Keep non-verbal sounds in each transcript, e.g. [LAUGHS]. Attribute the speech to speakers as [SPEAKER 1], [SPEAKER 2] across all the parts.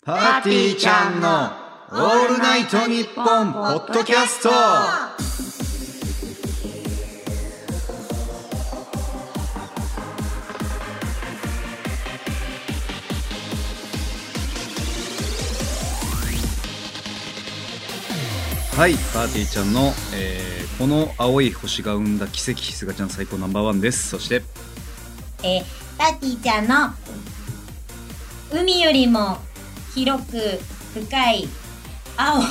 [SPEAKER 1] パーティーちゃんのオールナイトニッポンポッドキャストはい、パーティーちゃんの、えーこの青い星が生んだ奇跡、すがちゃん最高ナンバーワンです。そして、
[SPEAKER 2] えー、パーティーちゃんの海よりも広く深い青のこ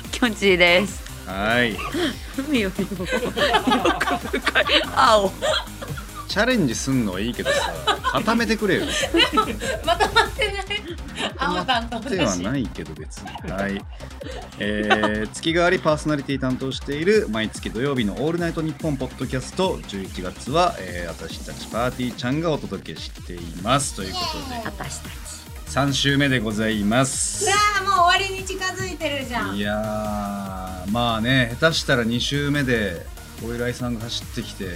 [SPEAKER 2] と
[SPEAKER 3] きょんちぃです。
[SPEAKER 1] はい、
[SPEAKER 3] 海よりも広く深い青。
[SPEAKER 1] チャレンジすんのはいいけど [LAUGHS] さ、固めてくれよ。
[SPEAKER 2] まとまってない青さんと
[SPEAKER 1] では
[SPEAKER 2] 私
[SPEAKER 1] ないけど別に。はい。えー、月替わりパーソナリティ担当している毎月土曜日の「オールナイトニッポン」ポッドキャスト11月は、えー私たちパーティーちゃんがお届けしていますということで
[SPEAKER 3] 私たち。
[SPEAKER 1] 3週目でございます
[SPEAKER 2] うわ。ーもう終わりに近づいてるじゃん
[SPEAKER 1] いやーまあね下手したら2週目でお依頼さんが走ってきて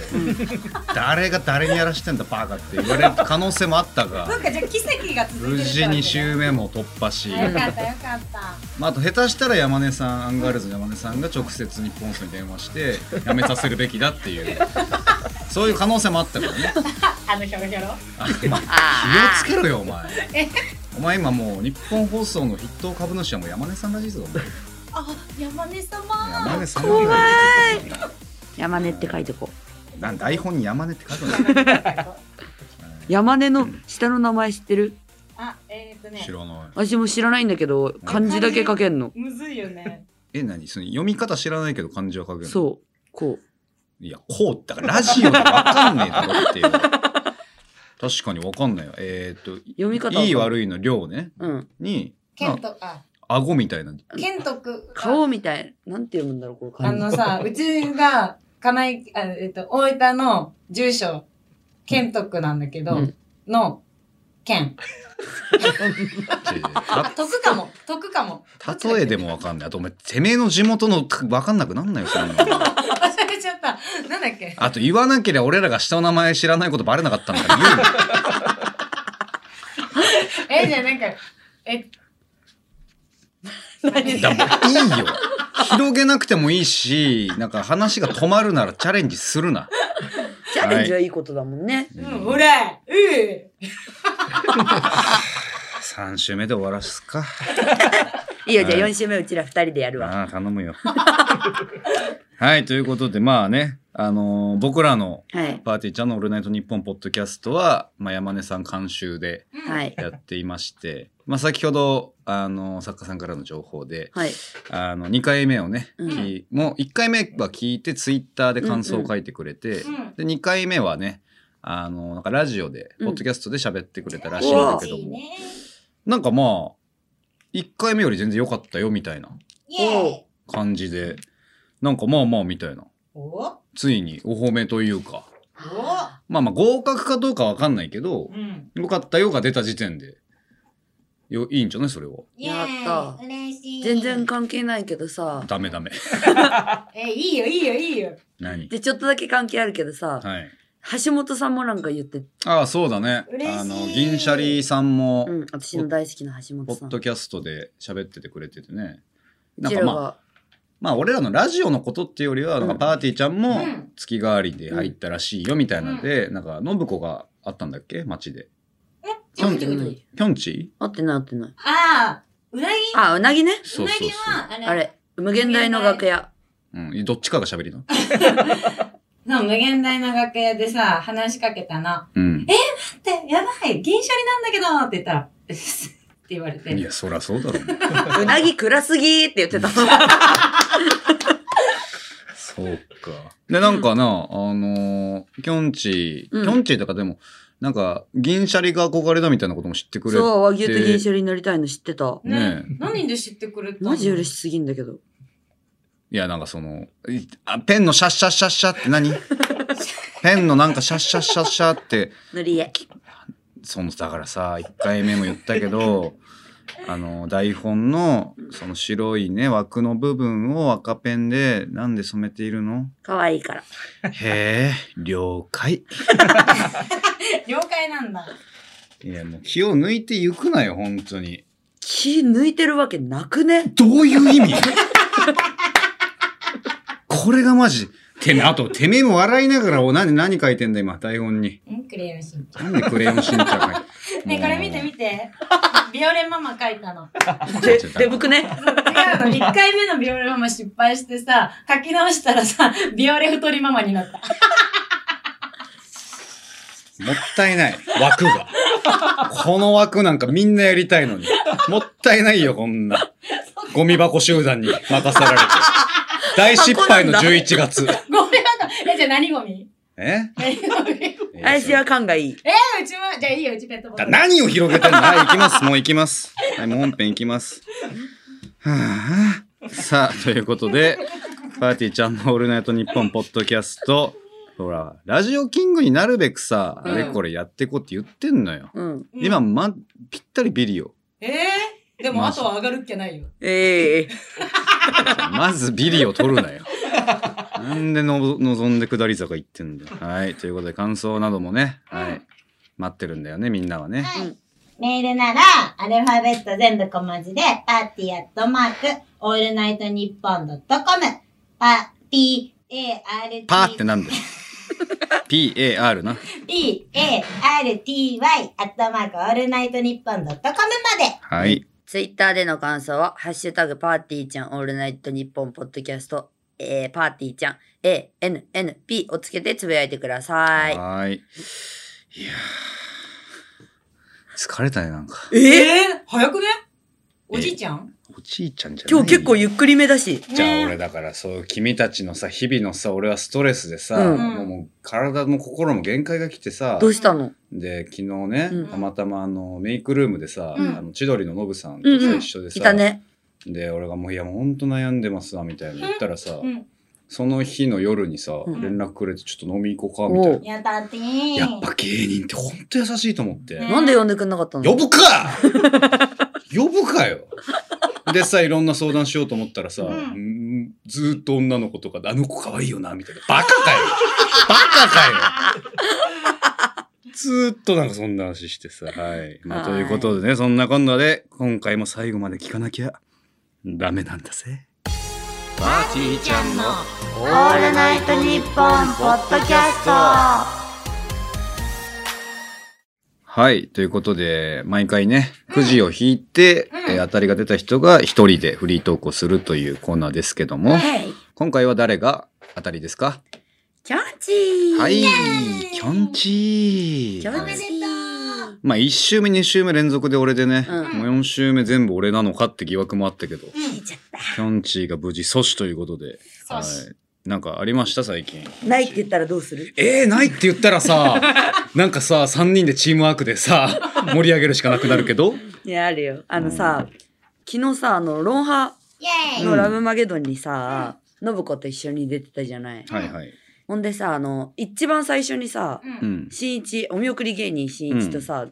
[SPEAKER 1] 誰が誰にやらしてんだバカって言われる可能性もあったが
[SPEAKER 2] そうかじゃあ奇跡が続いてる
[SPEAKER 1] 無事2週目も突破し。
[SPEAKER 2] あよかったよかった
[SPEAKER 1] まあ、あと下手したら山根さんアンガールズの山根さんが直接日本放送に電話して辞めさせるべきだっていうそういう可能性もあったからね
[SPEAKER 2] あのひょろひょろ
[SPEAKER 1] あまあ
[SPEAKER 3] あ
[SPEAKER 1] 気をつけろよお前お前今もう日本放送の筆頭株主はもう山根さんらしいぞお前
[SPEAKER 2] あ山根
[SPEAKER 1] 山
[SPEAKER 2] 様
[SPEAKER 1] 根さんだよ
[SPEAKER 3] 山根って書いてこう。
[SPEAKER 1] なん台本に山根って書くの
[SPEAKER 3] 山根の下の名前知ってる？
[SPEAKER 2] あえっ、ー、とね
[SPEAKER 1] 知らない
[SPEAKER 3] 私も知らないんだけど漢字だけ書けんの。
[SPEAKER 2] むずいよね
[SPEAKER 1] え何その読み方知らないけど漢字は書けるの
[SPEAKER 3] そう。こ
[SPEAKER 1] いや、こう、だからラジオでわかんねえだろっていう。確かにわかんないよ。えーっと、
[SPEAKER 3] 読み方
[SPEAKER 1] いい悪いの量ね。
[SPEAKER 3] う。うん。
[SPEAKER 1] に、
[SPEAKER 2] ケン
[SPEAKER 1] ま
[SPEAKER 2] トあ
[SPEAKER 1] あ、顎みたいな。
[SPEAKER 2] ケントく
[SPEAKER 3] 顔みたいなんて読むんだろうこの
[SPEAKER 2] あ
[SPEAKER 3] 漢
[SPEAKER 2] のさ、うちが、金井、あえっと、大分の住所、県徳なんだけど、
[SPEAKER 3] うん
[SPEAKER 2] の、県。
[SPEAKER 1] 違う違う
[SPEAKER 2] あ、徳かも、徳かも。
[SPEAKER 1] た例えでもわかんない。あと、お前、てめえの地元のわかんなくなんないよ、そんなの。
[SPEAKER 2] 忘れちゃった。なんだっけ
[SPEAKER 1] あと、言わなければ俺らが下の名前知らないことバレなかったんだから言うな
[SPEAKER 2] え、じゃあなんか、え、何
[SPEAKER 1] だからもういいよ。広げなくてもいいし、なんか話が止まるならチャレンジするな。
[SPEAKER 3] 字。チャレンジはいいことだもんね。
[SPEAKER 2] うん、ほら、うぅ。
[SPEAKER 1] 3週目で終わらすか。
[SPEAKER 3] いいよじゃあ
[SPEAKER 1] はい
[SPEAKER 3] 四週目うちら二人でやるわ。
[SPEAKER 1] ああ、頼むよ。 [LAUGHS] はい、ということで、まあね、あのー僕らの
[SPEAKER 3] はい
[SPEAKER 1] パーティーちゃんのオールナイトニッポンポッドキャストは、まあ、山根さん監修で
[SPEAKER 3] はい
[SPEAKER 1] やっていまして、 [LAUGHS] まあ、先ほど、あのー作家さんからの情報で、
[SPEAKER 3] はい。
[SPEAKER 1] あの、2回目をね、
[SPEAKER 3] うん
[SPEAKER 1] きもう1回目は聞いて、ツイッターで感想を書いてくれて、
[SPEAKER 2] うんうん
[SPEAKER 1] で、2回目はね、あのーなんかラジオで、
[SPEAKER 3] う
[SPEAKER 1] ポ
[SPEAKER 3] ん
[SPEAKER 1] ッドキャストで喋ってくれたらしいんだけど
[SPEAKER 2] いい
[SPEAKER 1] も、
[SPEAKER 2] ね。
[SPEAKER 1] なんかまあ、1回目より全然良かったよ、みたいな。
[SPEAKER 2] イェーイ。
[SPEAKER 1] 感じで、なんかまあまあみたいな。
[SPEAKER 2] おお
[SPEAKER 1] ついにお褒めというか。まあまあ合格かどうかわかんないけど
[SPEAKER 2] う、ん。
[SPEAKER 1] よかったよが出た時点で、よ、いいんじゃないそれは。
[SPEAKER 2] イェーイ
[SPEAKER 3] やった
[SPEAKER 2] 嬉しい。
[SPEAKER 3] 全然。関係ないけどさ。
[SPEAKER 1] ダメダメ。
[SPEAKER 2] え、いいよ、いいよ、いいよ。
[SPEAKER 1] 何
[SPEAKER 3] でちょっとだけ関係あるけどさ。
[SPEAKER 1] はい。
[SPEAKER 3] 橋本さんもなんか言って、
[SPEAKER 1] ああ、そうだね
[SPEAKER 2] 嬉し。い
[SPEAKER 1] あの、銀シャリさんも
[SPEAKER 3] う、ん、私の大好きな橋
[SPEAKER 1] ポ
[SPEAKER 3] 本さ
[SPEAKER 1] ッ
[SPEAKER 3] ん。
[SPEAKER 1] ドキャストで喋っててくれててね。
[SPEAKER 3] う
[SPEAKER 1] なんか
[SPEAKER 3] ち
[SPEAKER 1] らまあ、
[SPEAKER 3] は、
[SPEAKER 1] まあ俺らのラジオのことっていうよりは、なんかパーティーちゃんも
[SPEAKER 2] うん
[SPEAKER 1] 月替わりで入ったらしいよみたいなので、なんか、信子があったんだっけ街で。
[SPEAKER 2] ちょ
[SPEAKER 3] 合
[SPEAKER 2] っ
[SPEAKER 3] っ
[SPEAKER 2] と待
[SPEAKER 3] てな
[SPEAKER 2] って
[SPEAKER 3] い。
[SPEAKER 1] ぴょんち
[SPEAKER 3] 合ってない合ってない。
[SPEAKER 2] あー、うなぎ
[SPEAKER 3] あ、うなぎね。
[SPEAKER 1] そうそうそう。
[SPEAKER 2] うなぎは、
[SPEAKER 3] あれ、無限大の楽屋。
[SPEAKER 1] うん、どっちかが喋りな。
[SPEAKER 2] の無限大の楽屋でさ、話しかけたな。
[SPEAKER 1] うん。
[SPEAKER 2] って、やばい、銀シャリなんだけどって言ったら、うっすって言われて。
[SPEAKER 1] いや、そりゃそうだろう、ね。
[SPEAKER 3] うなぎ暗すぎーって言
[SPEAKER 1] [LAUGHS]
[SPEAKER 3] ってた。
[SPEAKER 1] そうか。で、なんかな、あのー、きょんち、き
[SPEAKER 3] うん
[SPEAKER 1] ょんちとかでも、なんか、銀シャリが憧れだみたいなことも知ってくれ
[SPEAKER 3] そう、和牛と銀シャリになりたいの知ってた。
[SPEAKER 1] ねえ
[SPEAKER 2] 何で知ってくれたの
[SPEAKER 3] マジ嬉しすぎんだけど。
[SPEAKER 1] いや、なんかその、いあペンのシャッシャッシャッシャって何ペンのなんかシャッシャッシャッシャって、
[SPEAKER 3] 塗り絵。
[SPEAKER 1] その、だからさ、1回目も言ったけど、あの、台本の、その白いね、枠の部分を赤ペンで、なんで染めているの
[SPEAKER 3] かわいいから。
[SPEAKER 1] へえ、了解。
[SPEAKER 2] 了解なんだ。
[SPEAKER 1] いや、もう気を抜いていくなよ、本当に。
[SPEAKER 3] 気抜いてるわけなくね
[SPEAKER 1] どういう意味これがマジ。てめえ、あと、てめえも笑いながら、お、何、何書いてんだ、今、台本に。
[SPEAKER 2] んクレヨンしんちゃ
[SPEAKER 1] なんでクレヨンしんちゃん書い
[SPEAKER 2] ん。ね、これ見て見て。ビオレママ書いたの。
[SPEAKER 3] で出ぶくね
[SPEAKER 2] 違うの。1回目のビオレママ失敗してさ、書き直したらさ、ビオレ太りママになった。
[SPEAKER 1] もったいない。枠が。この枠なんかみんなやりたいのに。もったいないよ、こんな。ゴミ箱集団に任せられて。大失敗の11月。
[SPEAKER 2] ごめんなさい。え、じゃあ何ゴ
[SPEAKER 1] [LAUGHS]
[SPEAKER 2] ミ
[SPEAKER 1] え
[SPEAKER 2] 何ゴミ
[SPEAKER 3] アイスは缶がいい
[SPEAKER 2] えうちも、じゃあいいよ、うちペットボト
[SPEAKER 1] だ
[SPEAKER 2] ル。
[SPEAKER 1] 何を広げてんのはい、行きます。もう行きます。はい、もう本編行きます。はあ、さあ、ということで、パーティーちゃんのオールナイトニッポンポッドキャスト、ほら、ラジオキングになるべくさ、あれこれやってこって言ってんのよ。
[SPEAKER 3] うん
[SPEAKER 2] うん
[SPEAKER 1] 今、ま、ぴったりビリよ。
[SPEAKER 2] えー、でもあとは上がるっきゃないよ。
[SPEAKER 3] ええ
[SPEAKER 1] まずビリを取る [LAUGHS] なよ。なんでの望んで下り坂行ってんだよ。はい、ということで感想などもね、はい、待ってるんだよね、みんなはね。
[SPEAKER 2] はい。メールなら、アルファベット全部小文字で、パーティーアットマーク、オールナイトニッポンドットコム、パ、P、A、R、T、
[SPEAKER 1] パーってなん [LAUGHS] だよ。PAR な。
[SPEAKER 2] P、A、R、T、Y、アットマーク、オールナイトニッポンドットコムまで。
[SPEAKER 1] はい。
[SPEAKER 4] ツイッターでの感想は、ハッシュタグパーティーちゃんオールナイトニッポンポッドキャスト、えー、パーティーちゃん、A、N、N、P をつけてつぶやいてください。
[SPEAKER 1] はーい。いやー疲れたね、なんか。
[SPEAKER 3] ええ
[SPEAKER 2] え早くね
[SPEAKER 1] おじい
[SPEAKER 2] ちゃん
[SPEAKER 1] おじいちゃんじゃない
[SPEAKER 3] 今日結構
[SPEAKER 1] よ
[SPEAKER 3] ゆっくりめだし。
[SPEAKER 1] じゃあ俺だからそう君たちのさ日々のさ俺はストレスでさ、
[SPEAKER 3] うん
[SPEAKER 1] もうもう体も心も限界が来てさ
[SPEAKER 3] どうしたの
[SPEAKER 1] で昨日ね、
[SPEAKER 3] うん
[SPEAKER 1] たまたまあのメイクルームでさ、
[SPEAKER 2] うん
[SPEAKER 1] あの千鳥のノブさんとさ
[SPEAKER 3] うんうん
[SPEAKER 1] 一緒でさ、
[SPEAKER 3] いたね。
[SPEAKER 1] で俺がもう「いやもうほんと悩んでますわ」みたいな言ったらさ、
[SPEAKER 2] うん
[SPEAKER 1] その日の夜にさ、
[SPEAKER 3] うん
[SPEAKER 1] 連絡くれてちょっと飲み行こうかみたいな、
[SPEAKER 3] お
[SPEAKER 2] やったってー
[SPEAKER 1] やっぱ芸人ってほんと優しいと思って、
[SPEAKER 2] ね
[SPEAKER 3] なんで呼んでくんなかったの
[SPEAKER 1] 呼ぶか [LAUGHS] 呼ぶかよでさいろんな相談しようと思ったらさ、
[SPEAKER 2] うん
[SPEAKER 1] うんずーっと女の子とかで「あの子可愛いよな」みたいな「バカかよ [LAUGHS] バカかよ」ずーっとなんかそんな話してさはい、まあ、
[SPEAKER 3] は
[SPEAKER 1] と
[SPEAKER 3] い
[SPEAKER 1] いうことでねそんなこんなで今回も最後まで聞かなきゃダメなんだぜパーティーちゃんの
[SPEAKER 4] オールナイトニッポンポッドキャスト
[SPEAKER 1] はい。ということで、毎回ね、くじを引いて、
[SPEAKER 2] うん
[SPEAKER 1] えー当たりが出た人が一人でフリートークをするというコーナーですけども、
[SPEAKER 4] はい。
[SPEAKER 1] 今回は誰が当たりですか
[SPEAKER 4] キャンチー
[SPEAKER 1] はい。
[SPEAKER 2] ーイ
[SPEAKER 1] きょん
[SPEAKER 4] キャン
[SPEAKER 1] ちー。
[SPEAKER 2] おめ
[SPEAKER 4] チ
[SPEAKER 2] でと
[SPEAKER 4] ー
[SPEAKER 1] まあ、1週目、2週目連続で俺でね、
[SPEAKER 4] うん
[SPEAKER 1] もう4週目全部俺なのかって疑惑もあったけど、き
[SPEAKER 4] 聞いちゃった。
[SPEAKER 1] ょんちーが無事阻止ということで、
[SPEAKER 2] 阻止
[SPEAKER 1] い。なんかありました最近。
[SPEAKER 3] ないって言ったらどうする
[SPEAKER 1] えー、ないって言ったらさ、なんかさ、3人でチームワークでさ、盛り上げるしかなくなるけど、
[SPEAKER 3] いや、あるよ。あのさ、昨日さ、あの、ロンハ
[SPEAKER 2] イェーイ
[SPEAKER 1] う
[SPEAKER 3] の
[SPEAKER 1] ん
[SPEAKER 3] ラブマゲドンにさ、信子と一緒に出てたじゃない。
[SPEAKER 1] はいはい。
[SPEAKER 3] ほんでさ、あの、一番最初にさ、
[SPEAKER 1] う
[SPEAKER 2] うん
[SPEAKER 1] ん。
[SPEAKER 3] 新一、お見送り芸人新一とさ、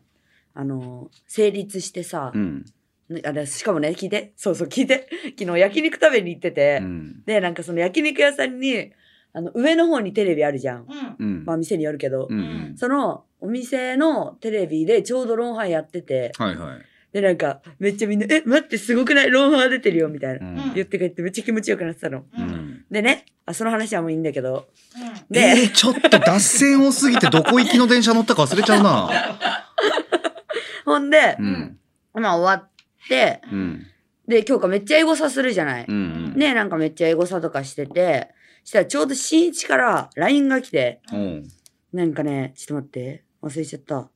[SPEAKER 3] あの、成立してさ
[SPEAKER 1] う、ん。
[SPEAKER 3] ねあれしかもね、聞いて、そうそう、聞いて、昨日焼肉食べに行ってて、
[SPEAKER 1] うん。
[SPEAKER 3] で、なんかその焼肉屋さんに、あの、上の方にテレビあるじゃん。
[SPEAKER 2] うん。
[SPEAKER 1] うん
[SPEAKER 3] まあ、店によるけど、
[SPEAKER 1] うん
[SPEAKER 3] その、お店のテレビでちょうどロンハーやってて、
[SPEAKER 1] はいはい。
[SPEAKER 3] で、なんか、めっちゃみんな、え、待って、すごくないロンハー出てるよ、みたいな。
[SPEAKER 1] うん
[SPEAKER 2] ん
[SPEAKER 3] 言ってくれて、めっちゃ気持ちよくなってたの。
[SPEAKER 2] うん。う。
[SPEAKER 1] うんん
[SPEAKER 3] でね、あ、その話はもういいんだけど。
[SPEAKER 1] え
[SPEAKER 3] で、 [LAUGHS]
[SPEAKER 1] ーちょっと脱線多すぎてどこ行きの電車乗ったか忘れちゃう
[SPEAKER 3] [LAUGHS]
[SPEAKER 1] な。
[SPEAKER 3] ほんで、
[SPEAKER 1] うん。
[SPEAKER 3] まあ終わって、
[SPEAKER 1] うん。
[SPEAKER 3] で、京香めっちゃエゴサするじゃない。
[SPEAKER 1] うん。
[SPEAKER 3] ね、なんかめっちゃエゴサとかしてて、したらちょうど新一から LINE が来て、
[SPEAKER 1] おう
[SPEAKER 3] なんかね、ちょっと待って、忘れちゃった。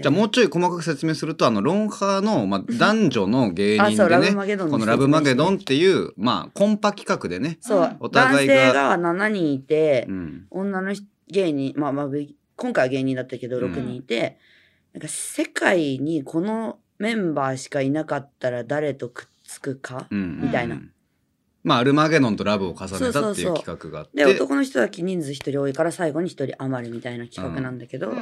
[SPEAKER 1] じゃあもうちょい細かく説明すると、あの、ロンハーの、まあ、男女の芸
[SPEAKER 3] あ、そ
[SPEAKER 1] 人
[SPEAKER 3] う、ラ
[SPEAKER 1] で
[SPEAKER 3] ブ
[SPEAKER 1] ね、
[SPEAKER 3] マゲドン
[SPEAKER 1] このラブマゲド
[SPEAKER 3] ン。
[SPEAKER 1] ンっていう、まあ、コンパ企画でね、
[SPEAKER 3] そう、
[SPEAKER 1] お
[SPEAKER 3] 男
[SPEAKER 1] 互いが
[SPEAKER 3] 性が7人いて、
[SPEAKER 1] うん。
[SPEAKER 3] 女の芸人、まあまあ、べ今回は芸人だったけど、
[SPEAKER 1] うん
[SPEAKER 3] 6人いて、なんか世界にこのメンバーしかいなかったら誰とくっつくか、
[SPEAKER 1] うん
[SPEAKER 3] みたいな。
[SPEAKER 1] まあ、アルマゲドンとラブを重ねたってい
[SPEAKER 3] そううそうそう
[SPEAKER 1] 企画があって、
[SPEAKER 3] で、男の人だけ人数1人多いから最後に1人余るみたいな企画なんだけど、うん、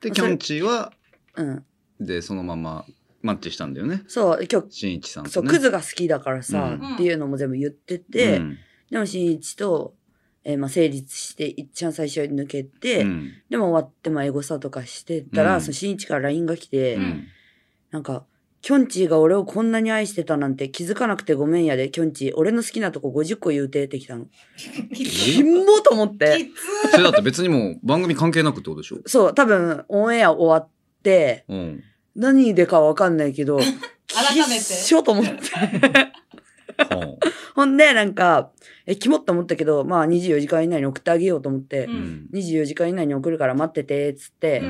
[SPEAKER 1] で、きょんちぃは、
[SPEAKER 3] うん、
[SPEAKER 1] で、そのままマッチしたんだよね。
[SPEAKER 3] そう、今日
[SPEAKER 1] しんいちさん
[SPEAKER 3] そ
[SPEAKER 1] と
[SPEAKER 3] う、
[SPEAKER 1] ね。
[SPEAKER 3] クズが好きだからさ、
[SPEAKER 1] うん
[SPEAKER 3] っていうのも全部言ってて、
[SPEAKER 1] うん
[SPEAKER 3] でもしんいちとえーまあ、成立して一番最初に抜けて、
[SPEAKER 1] うん
[SPEAKER 3] でも終わってまあエゴサとかしてたら、
[SPEAKER 1] うん
[SPEAKER 3] その新一から LINE が来て、
[SPEAKER 1] うん
[SPEAKER 3] なんか、きょんちぃが俺をこんなに愛してたなんて気づかなくてごめんやで、きょんちぃ、俺の好きなとこ50個言うてってきたの。キモと思って。
[SPEAKER 1] それだって別にもう番組関係なくってことでしょ
[SPEAKER 3] そう、多分オンエア終わって、
[SPEAKER 1] うん。
[SPEAKER 3] 何でかわかんないけど、
[SPEAKER 2] 改めて
[SPEAKER 3] きっしょと思って。
[SPEAKER 1] は
[SPEAKER 3] ほんで、なんか、え、キモって思ったけど、まあ24時間以内に送ってあげようと思って、
[SPEAKER 1] あ。
[SPEAKER 2] う
[SPEAKER 1] うんん。
[SPEAKER 3] 24時間以内に送るから待ってて、つって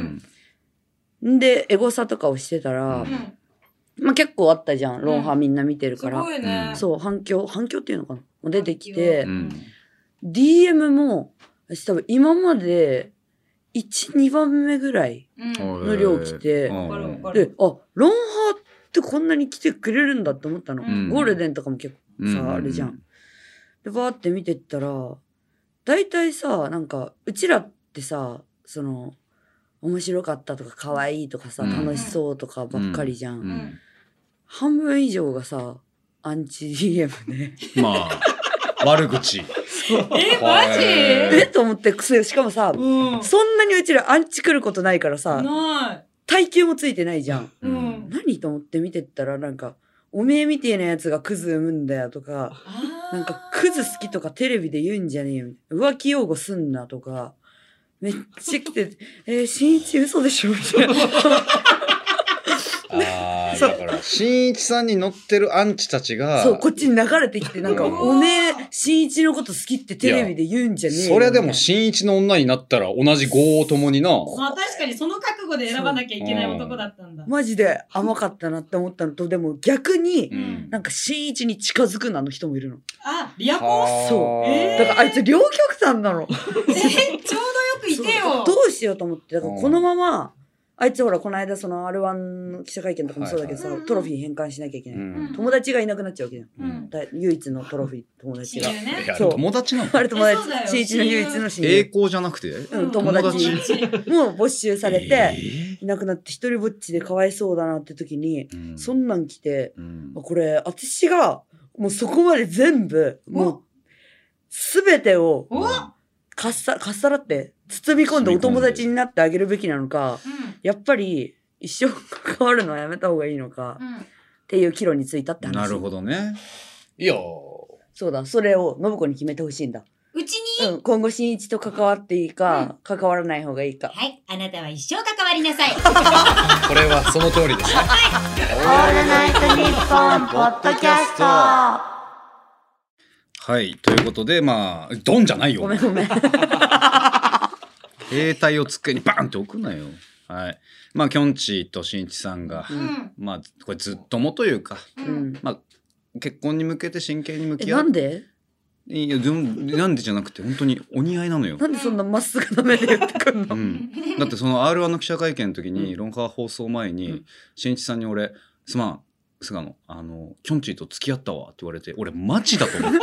[SPEAKER 1] う、ん
[SPEAKER 3] ん、で、エゴサとかをしてたら、
[SPEAKER 1] うん
[SPEAKER 3] まあ結構あったじゃん、ロンハーみんな見てる
[SPEAKER 2] す
[SPEAKER 3] から。
[SPEAKER 2] ごいね。
[SPEAKER 3] そう、反響、反響っていうのかなもう出てきて、
[SPEAKER 1] う
[SPEAKER 2] うん
[SPEAKER 1] ん。
[SPEAKER 3] DM も、私多分今まで、1、2番目ぐらい
[SPEAKER 2] うん。
[SPEAKER 3] の量来て
[SPEAKER 1] うん
[SPEAKER 2] わかるわかる
[SPEAKER 3] で、あ、ロンハーってこんなに来てくれるんだって思ったの。
[SPEAKER 2] うん
[SPEAKER 3] ゴールデンとかも結構。さあれじゃん。で、バーって見てったら、大体さ、なんか、うちらってさ、その、面白かったとか、可愛いとかさ、
[SPEAKER 1] うん
[SPEAKER 3] 楽しそうとかばっかりじゃん。
[SPEAKER 1] うんうん
[SPEAKER 3] 半分以上がさ、アンチ DM で。 [LAUGHS]
[SPEAKER 1] まあ、悪口。
[SPEAKER 2] え、マジ
[SPEAKER 1] はい
[SPEAKER 3] えっと思って、くせしかもさ、
[SPEAKER 2] うん。
[SPEAKER 3] そんなにうちらアンチ来ることないからさ、
[SPEAKER 2] ない。
[SPEAKER 3] 耐久もついてないじゃん。
[SPEAKER 2] うん。
[SPEAKER 3] 何と思って見てったらなんか、おめえみてえなやつがクズ産むんだよとか、
[SPEAKER 2] あー
[SPEAKER 3] なんかクズ好きとかテレビで言うんじゃねえよみたいな。浮気用語すんなとか、めっちゃ来て、 [LAUGHS] えー、新一嘘でしょみたいな。
[SPEAKER 1] ああ、
[SPEAKER 3] そう
[SPEAKER 1] だから、新一さんに乗ってるアンチたち [LAUGHS] が、
[SPEAKER 3] そう、こっちに流れてきて、なんか、
[SPEAKER 1] うわー
[SPEAKER 3] おめえ、新一のこと好きってテレビで言うんじゃねえよ。
[SPEAKER 1] そりゃでも
[SPEAKER 3] みたい
[SPEAKER 1] 新一の女になったら同じ業を共にな。
[SPEAKER 2] まあ確かにその覚悟で選ばなきゃいけない男だったんだ
[SPEAKER 3] な。マジで甘かったなって思ったのと、でも逆に、
[SPEAKER 2] ん
[SPEAKER 3] なんか新一に近づくなの人もいるの。
[SPEAKER 2] あ、リアコン
[SPEAKER 1] はあ
[SPEAKER 3] そう
[SPEAKER 2] えー
[SPEAKER 3] だからあいつ両極端なの。
[SPEAKER 2] え、ちょうどよくいてよ。
[SPEAKER 3] どうしようと思って、だからこのまま、あいつほら、この間その R1 の記者会見とかもそうだけどさ、
[SPEAKER 2] はいはい
[SPEAKER 3] トロフィー返還しなきゃいけない。
[SPEAKER 1] うん
[SPEAKER 3] 友達がいなくなっちゃうわけじゃん。
[SPEAKER 2] うん
[SPEAKER 3] だ唯一のトロフィー友達
[SPEAKER 2] 親
[SPEAKER 3] が。
[SPEAKER 2] 友ね
[SPEAKER 1] い。や
[SPEAKER 3] そう
[SPEAKER 1] 友達なの
[SPEAKER 3] あれ友
[SPEAKER 2] そうだよ
[SPEAKER 3] 達、新一の唯一の親
[SPEAKER 1] 栄
[SPEAKER 3] 友。
[SPEAKER 1] 光じゃなくて
[SPEAKER 3] うん友達
[SPEAKER 1] 友
[SPEAKER 3] もう没収されて、
[SPEAKER 1] え
[SPEAKER 3] いなくなって一人ぼっちでかわいそうだなって時に、
[SPEAKER 1] ーうん
[SPEAKER 3] そんなん来て、
[SPEAKER 1] うん
[SPEAKER 3] これ、私が、もうそこまで全部、もう、すべてを、
[SPEAKER 2] お
[SPEAKER 3] かっさ、かっさらって、包み込んでお友達になってあげるべきなのか、
[SPEAKER 2] う
[SPEAKER 3] やっぱり一生関わるのはやめた方がいいの
[SPEAKER 2] ん。
[SPEAKER 3] か
[SPEAKER 2] うん。
[SPEAKER 3] っていう岐路についたって話。
[SPEAKER 1] なるほ
[SPEAKER 3] ど。
[SPEAKER 1] どね。いやー
[SPEAKER 3] そうだ、それを信子に決めてほしいんだ。
[SPEAKER 2] うちに、
[SPEAKER 3] うん、今後新一と関わっていいか、関わらない方がいいか。
[SPEAKER 2] はい、あなたは一生関わりなさい。
[SPEAKER 1] これはその通りですね。はい。ということで、まあ、ドンじゃないよ。
[SPEAKER 3] ごめんごめん。
[SPEAKER 1] 携帯を机にバーンって置くなよ。はい。まあ、きょんちぃとしんいちさんが、
[SPEAKER 2] うん。
[SPEAKER 1] まあ、これずっともというか、
[SPEAKER 2] う。
[SPEAKER 3] うんん。
[SPEAKER 1] まあ、結婚に向けて真剣に向
[SPEAKER 3] え、
[SPEAKER 1] き合
[SPEAKER 3] な
[SPEAKER 1] っ
[SPEAKER 3] んで
[SPEAKER 1] いや、でもなんでじゃなくて、本当にお似合いなのよ。
[SPEAKER 3] なんでそんなまっすぐな目で言ってくん
[SPEAKER 1] う
[SPEAKER 3] の
[SPEAKER 1] ん、だってその r 1の記者会見の時に、
[SPEAKER 3] うん
[SPEAKER 1] ロンハー放送前に、
[SPEAKER 3] うん
[SPEAKER 1] 新一さんに俺「すまん菅野あのきょんちぃと付き合ったわ」って言われて俺マジだと思って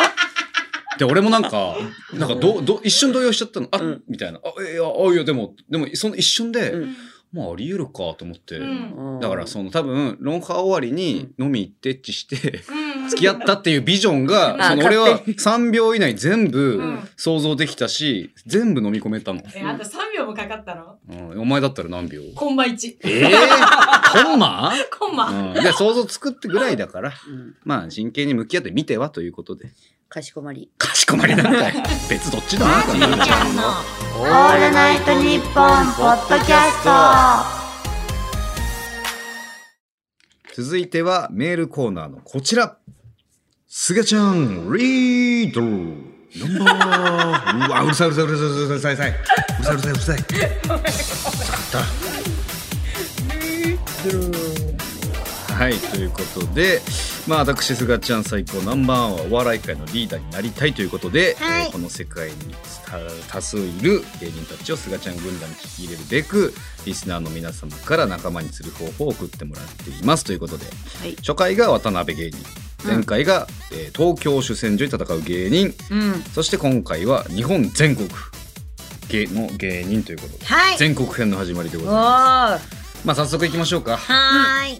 [SPEAKER 3] [LAUGHS]
[SPEAKER 1] で俺もなんかなんかどど一瞬動揺しちゃったの「あ、
[SPEAKER 3] うん
[SPEAKER 1] みたいな「あいやあいやでもでもその一瞬で、
[SPEAKER 3] うん
[SPEAKER 1] まああり得るか」と思って、
[SPEAKER 2] うん
[SPEAKER 1] だからその多分ロンハー終わりに飲み行ってエッチして。
[SPEAKER 2] うん。
[SPEAKER 1] 付き合ったっていうビジョンが、
[SPEAKER 3] [LAUGHS] あ
[SPEAKER 1] その俺は
[SPEAKER 3] 勝
[SPEAKER 1] 3秒以内全部
[SPEAKER 2] うん
[SPEAKER 1] 想像できたし、全部飲み込めたの。
[SPEAKER 2] え、あと3秒もかかったの
[SPEAKER 1] うん、お前だったら何秒
[SPEAKER 2] コンマ1。
[SPEAKER 1] ええコンマ
[SPEAKER 2] コンマ。
[SPEAKER 1] うん、で想像つくってぐらいだから、
[SPEAKER 3] うん
[SPEAKER 1] まあ真剣に向き合って見てはということで。
[SPEAKER 3] かしこまり。
[SPEAKER 1] かしこまりなんだよ。 [LAUGHS] 別どっちだな、この
[SPEAKER 2] ちゃんの。
[SPEAKER 5] オールナイトニッポンポッドキャスト
[SPEAKER 1] 続いてはメールコーナーのこちら。すがちゃん、リードナンバーうわ、うるさい、うるさい、うるさい、うるさい、うるさい、うるさい、うるさい、うるさい。うるさかった。はい、ということで、まあ、私、すがちゃん最高ナンバーワンはお笑い界のリーダーになりたいということで、
[SPEAKER 2] はい
[SPEAKER 1] えーこの世界に多多数いる芸人たちをすがちゃん軍団に聞き入れるべく、リスナーの皆様から仲間にする方法を送ってもらっていますということで、
[SPEAKER 3] い
[SPEAKER 1] 初回が渡辺芸人、前回が、えー東京主戦場に戦う芸人、
[SPEAKER 3] うん。
[SPEAKER 1] そして今回は日本全国芸の芸人ということで、
[SPEAKER 2] はい。
[SPEAKER 1] 全国編の始まりでございま
[SPEAKER 3] ああ。
[SPEAKER 1] す。まあ、早速いきましょうか。
[SPEAKER 2] はーい。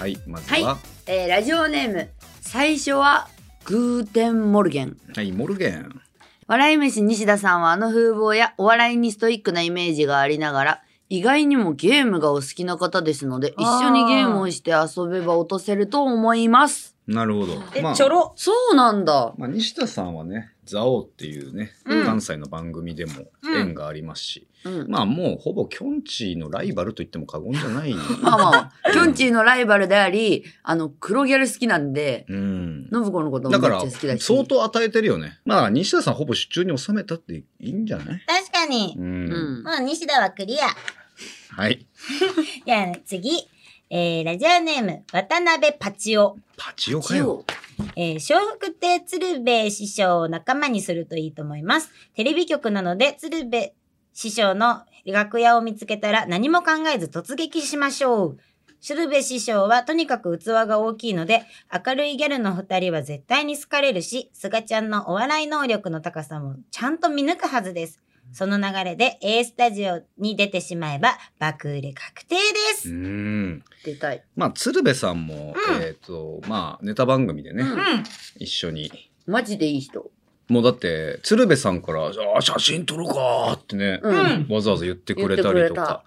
[SPEAKER 1] はい、まずは、
[SPEAKER 5] えーラジオネーム最初は
[SPEAKER 3] グーテンモルゲン。
[SPEAKER 1] はい、モルゲン。
[SPEAKER 3] 笑い飯西田さんはあの風貌やお笑いにストイックなイメージがありながら、意外にもゲームがお好きな方ですので、一
[SPEAKER 2] あー
[SPEAKER 3] 緒にゲームをして遊べば落とせると思います。
[SPEAKER 1] なるほど。
[SPEAKER 2] え、
[SPEAKER 1] まあ
[SPEAKER 2] ちょろ。
[SPEAKER 3] そうなんだ。
[SPEAKER 1] まあ、西田さんはね「蔵王」っていうね、
[SPEAKER 3] うん
[SPEAKER 1] 関西の番組でも縁がありますし、
[SPEAKER 3] うん。
[SPEAKER 1] まあもうほぼきょんちぃのライバルと言っても過言じゃない
[SPEAKER 3] まあまあ、きょんちぃのライバルであり、あの、黒ギャル好きなんで、
[SPEAKER 1] うん
[SPEAKER 3] 信子のこともめ
[SPEAKER 1] だか
[SPEAKER 3] っちゃ
[SPEAKER 1] ら
[SPEAKER 3] 好きだし。
[SPEAKER 1] 相当与えてるよねまあ西田さんほぼ手中に収めたっていいんじゃない
[SPEAKER 6] 確かに
[SPEAKER 1] う。ん、
[SPEAKER 3] うん。
[SPEAKER 6] もう西田はクリア。
[SPEAKER 1] はい
[SPEAKER 6] じゃあ次。えー、ラジオネーム、渡辺パチオ。
[SPEAKER 1] パチオか
[SPEAKER 3] 一
[SPEAKER 1] よ
[SPEAKER 3] 応
[SPEAKER 6] えー、笑福亭鶴瓶師匠を仲間にするといいと思います。テレビ局なので、鶴瓶師匠の楽屋を見つけたら何も考えず突撃しましょう。鶴瓶師匠はとにかく器が大きいので、明るいギャルの二人は絶対に好かれるし、菅ちゃんのお笑い能力の高さもちゃんと見抜くはずです。その流れで A スタジオに出てしまえば爆売れ確定です。
[SPEAKER 1] うん
[SPEAKER 3] 出たい。
[SPEAKER 1] まあ鶴瓶さんも、
[SPEAKER 6] うん
[SPEAKER 1] えっ、とまあネタ番組でね、
[SPEAKER 3] うん
[SPEAKER 1] 一緒に
[SPEAKER 3] マジでいい人。
[SPEAKER 1] もうだって鶴瓶さんから「あ写真撮るか」ってね、
[SPEAKER 3] うん。
[SPEAKER 6] うん
[SPEAKER 1] わざわざ言ってくれたりと
[SPEAKER 3] 言ってくれた
[SPEAKER 1] か。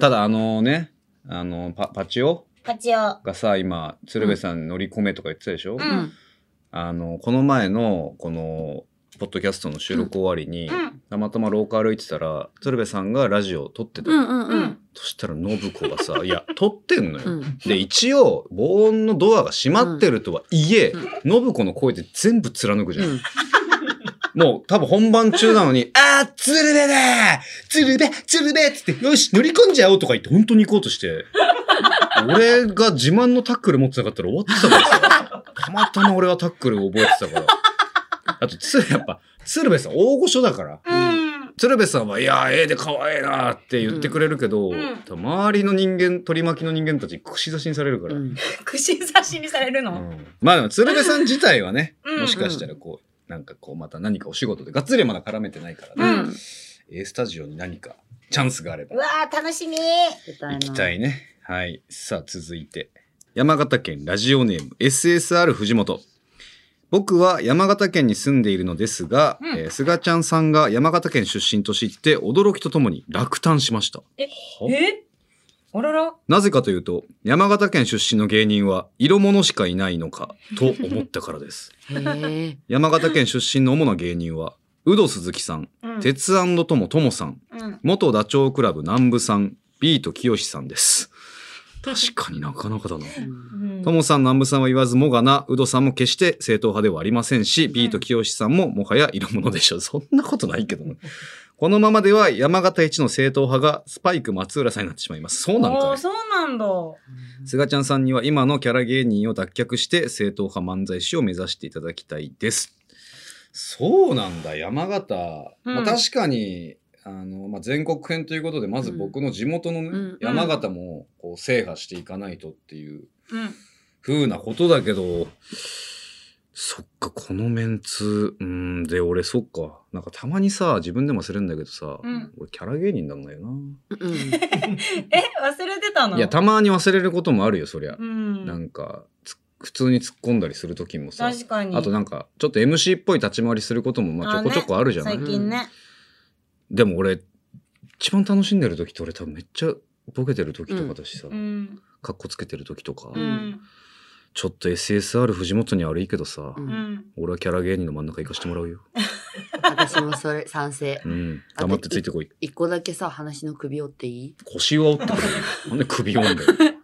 [SPEAKER 1] ただあのね、あのパパチオ
[SPEAKER 6] パチオ。
[SPEAKER 1] がさ、今、鶴瓶さん乗り込めとか言ってたでしょ、
[SPEAKER 6] う
[SPEAKER 3] うんん。
[SPEAKER 1] あの、この前の、この、ポッドキャストの収録終わりに、
[SPEAKER 6] うん
[SPEAKER 1] たまたま廊下歩いてたら、鶴瓶さんがラジオを撮ってた。
[SPEAKER 3] うんうん
[SPEAKER 6] う
[SPEAKER 3] うんん。
[SPEAKER 1] そしたら信子がさ、い
[SPEAKER 3] [LAUGHS]
[SPEAKER 1] や、撮ってんのよ。
[SPEAKER 3] うん。
[SPEAKER 1] で、一応、防音のドアが閉まってるとはいえ、
[SPEAKER 3] うん
[SPEAKER 1] 信子の声で全部貫くじゃん
[SPEAKER 3] う。ん
[SPEAKER 1] もう多分本番中なの
[SPEAKER 6] [LAUGHS]
[SPEAKER 1] に、あー、鶴瓶だー鶴瓶鶴瓶っつって、よし、乗り込んじゃおうとか言って、本当に行こうとして。
[SPEAKER 6] [LAUGHS]
[SPEAKER 1] 俺が自慢のタックル持ってなかったら終わってたからさ。たまたま俺はタックル覚えてたから。あと、つ、やっぱ、鶴瓶さん大御所だから。
[SPEAKER 6] うん。
[SPEAKER 1] 鶴瓶さんは、いやー、ええで可愛いなーって言ってくれるけど、
[SPEAKER 6] うん
[SPEAKER 1] 多分周りの人間、取り巻きの人間たちに串刺しにされるから。
[SPEAKER 3] うん。
[SPEAKER 6] 串刺しにされるの、
[SPEAKER 1] うんまあでも鶴瓶さん自体はね、
[SPEAKER 6] うん
[SPEAKER 1] もしかしたらこう、なんかこうまた何かお仕事でがっつりまだ絡めてないから
[SPEAKER 6] う
[SPEAKER 1] ね、
[SPEAKER 6] ん
[SPEAKER 1] A スタジオに何かチャンスがあれば
[SPEAKER 6] うわー、楽しみ
[SPEAKER 3] 出た
[SPEAKER 1] 行
[SPEAKER 3] いな。
[SPEAKER 1] きたいね。はい。さあ続いて、山形県ラジオネーム SSR 藤本。僕は山形県に住んでいるのですが、
[SPEAKER 6] うん
[SPEAKER 1] えー菅ちゃんさんが山形県出身と知って驚きとともに落胆しました。お
[SPEAKER 6] えあらら
[SPEAKER 1] なぜかというと、山形県出身の芸人は色物しかいないのかと思ったから
[SPEAKER 6] [LAUGHS]
[SPEAKER 1] です。
[SPEAKER 3] へえ。
[SPEAKER 1] 山形県出身の主な芸人は、ウド鈴木さん、
[SPEAKER 6] うん
[SPEAKER 1] 鉄腕ともともさん、
[SPEAKER 6] うん
[SPEAKER 1] 元ダチョウ倶楽部南部さん、ビート清さんです。確かになかなかだな。
[SPEAKER 3] うん
[SPEAKER 1] ともさん、南部さんは言わずもがな、ウドさんも決して正統派ではありませんし、ビート清さんももはや色物でしょう。そんなことないけどな。このままでは山形一の正統派がスパイク松浦さんになってしまいます。そうなん
[SPEAKER 6] お
[SPEAKER 1] か
[SPEAKER 6] ー
[SPEAKER 1] い。
[SPEAKER 6] そうなんだ。
[SPEAKER 1] 菅ちゃんさんには今のキャラ芸人を脱却して正統派漫才師を目指していただきたいです。そうなんだ山形、
[SPEAKER 6] うん
[SPEAKER 1] まあ、確かにあの、まあ、全国編ということでまず僕の地元のね、
[SPEAKER 3] うん
[SPEAKER 1] 山形もこう制覇していかないとっていう
[SPEAKER 6] うん。
[SPEAKER 1] 風なことだけどそっかこのメンツうんで俺そっかなんかたまにさ自分でも忘れるんだけどさ、
[SPEAKER 6] うん
[SPEAKER 1] 俺キャラ芸人なんだよ
[SPEAKER 3] うん
[SPEAKER 6] え、忘れてた
[SPEAKER 1] な。
[SPEAKER 6] の
[SPEAKER 1] いやたまに忘れることもあるよそりゃ。
[SPEAKER 6] うん。
[SPEAKER 1] なんかつ普通に突っ込んだりする時もさ
[SPEAKER 6] 確かに。
[SPEAKER 1] あとなんかちょっと MC っぽい立ち回りすることもまあちょこちょこあるじゃない、
[SPEAKER 6] 最近ね。
[SPEAKER 1] でも俺一番楽しんでる時って俺多分めっちゃボケてる時とかだしさ、
[SPEAKER 6] うん。
[SPEAKER 1] かっこつけてる時とか、
[SPEAKER 3] う
[SPEAKER 6] う
[SPEAKER 3] んん。
[SPEAKER 1] ちょっと SSR 藤本に悪いけどさ、
[SPEAKER 3] う
[SPEAKER 6] うんん。
[SPEAKER 1] 俺はキャラ芸人の真ん中行かしてもらうよ、
[SPEAKER 3] 私もそれ賛成。
[SPEAKER 1] うん、黙ってついてこい
[SPEAKER 3] 一個だけさ、話の首折っていい
[SPEAKER 1] 腰は折ってくれるよなんで首折んだよ、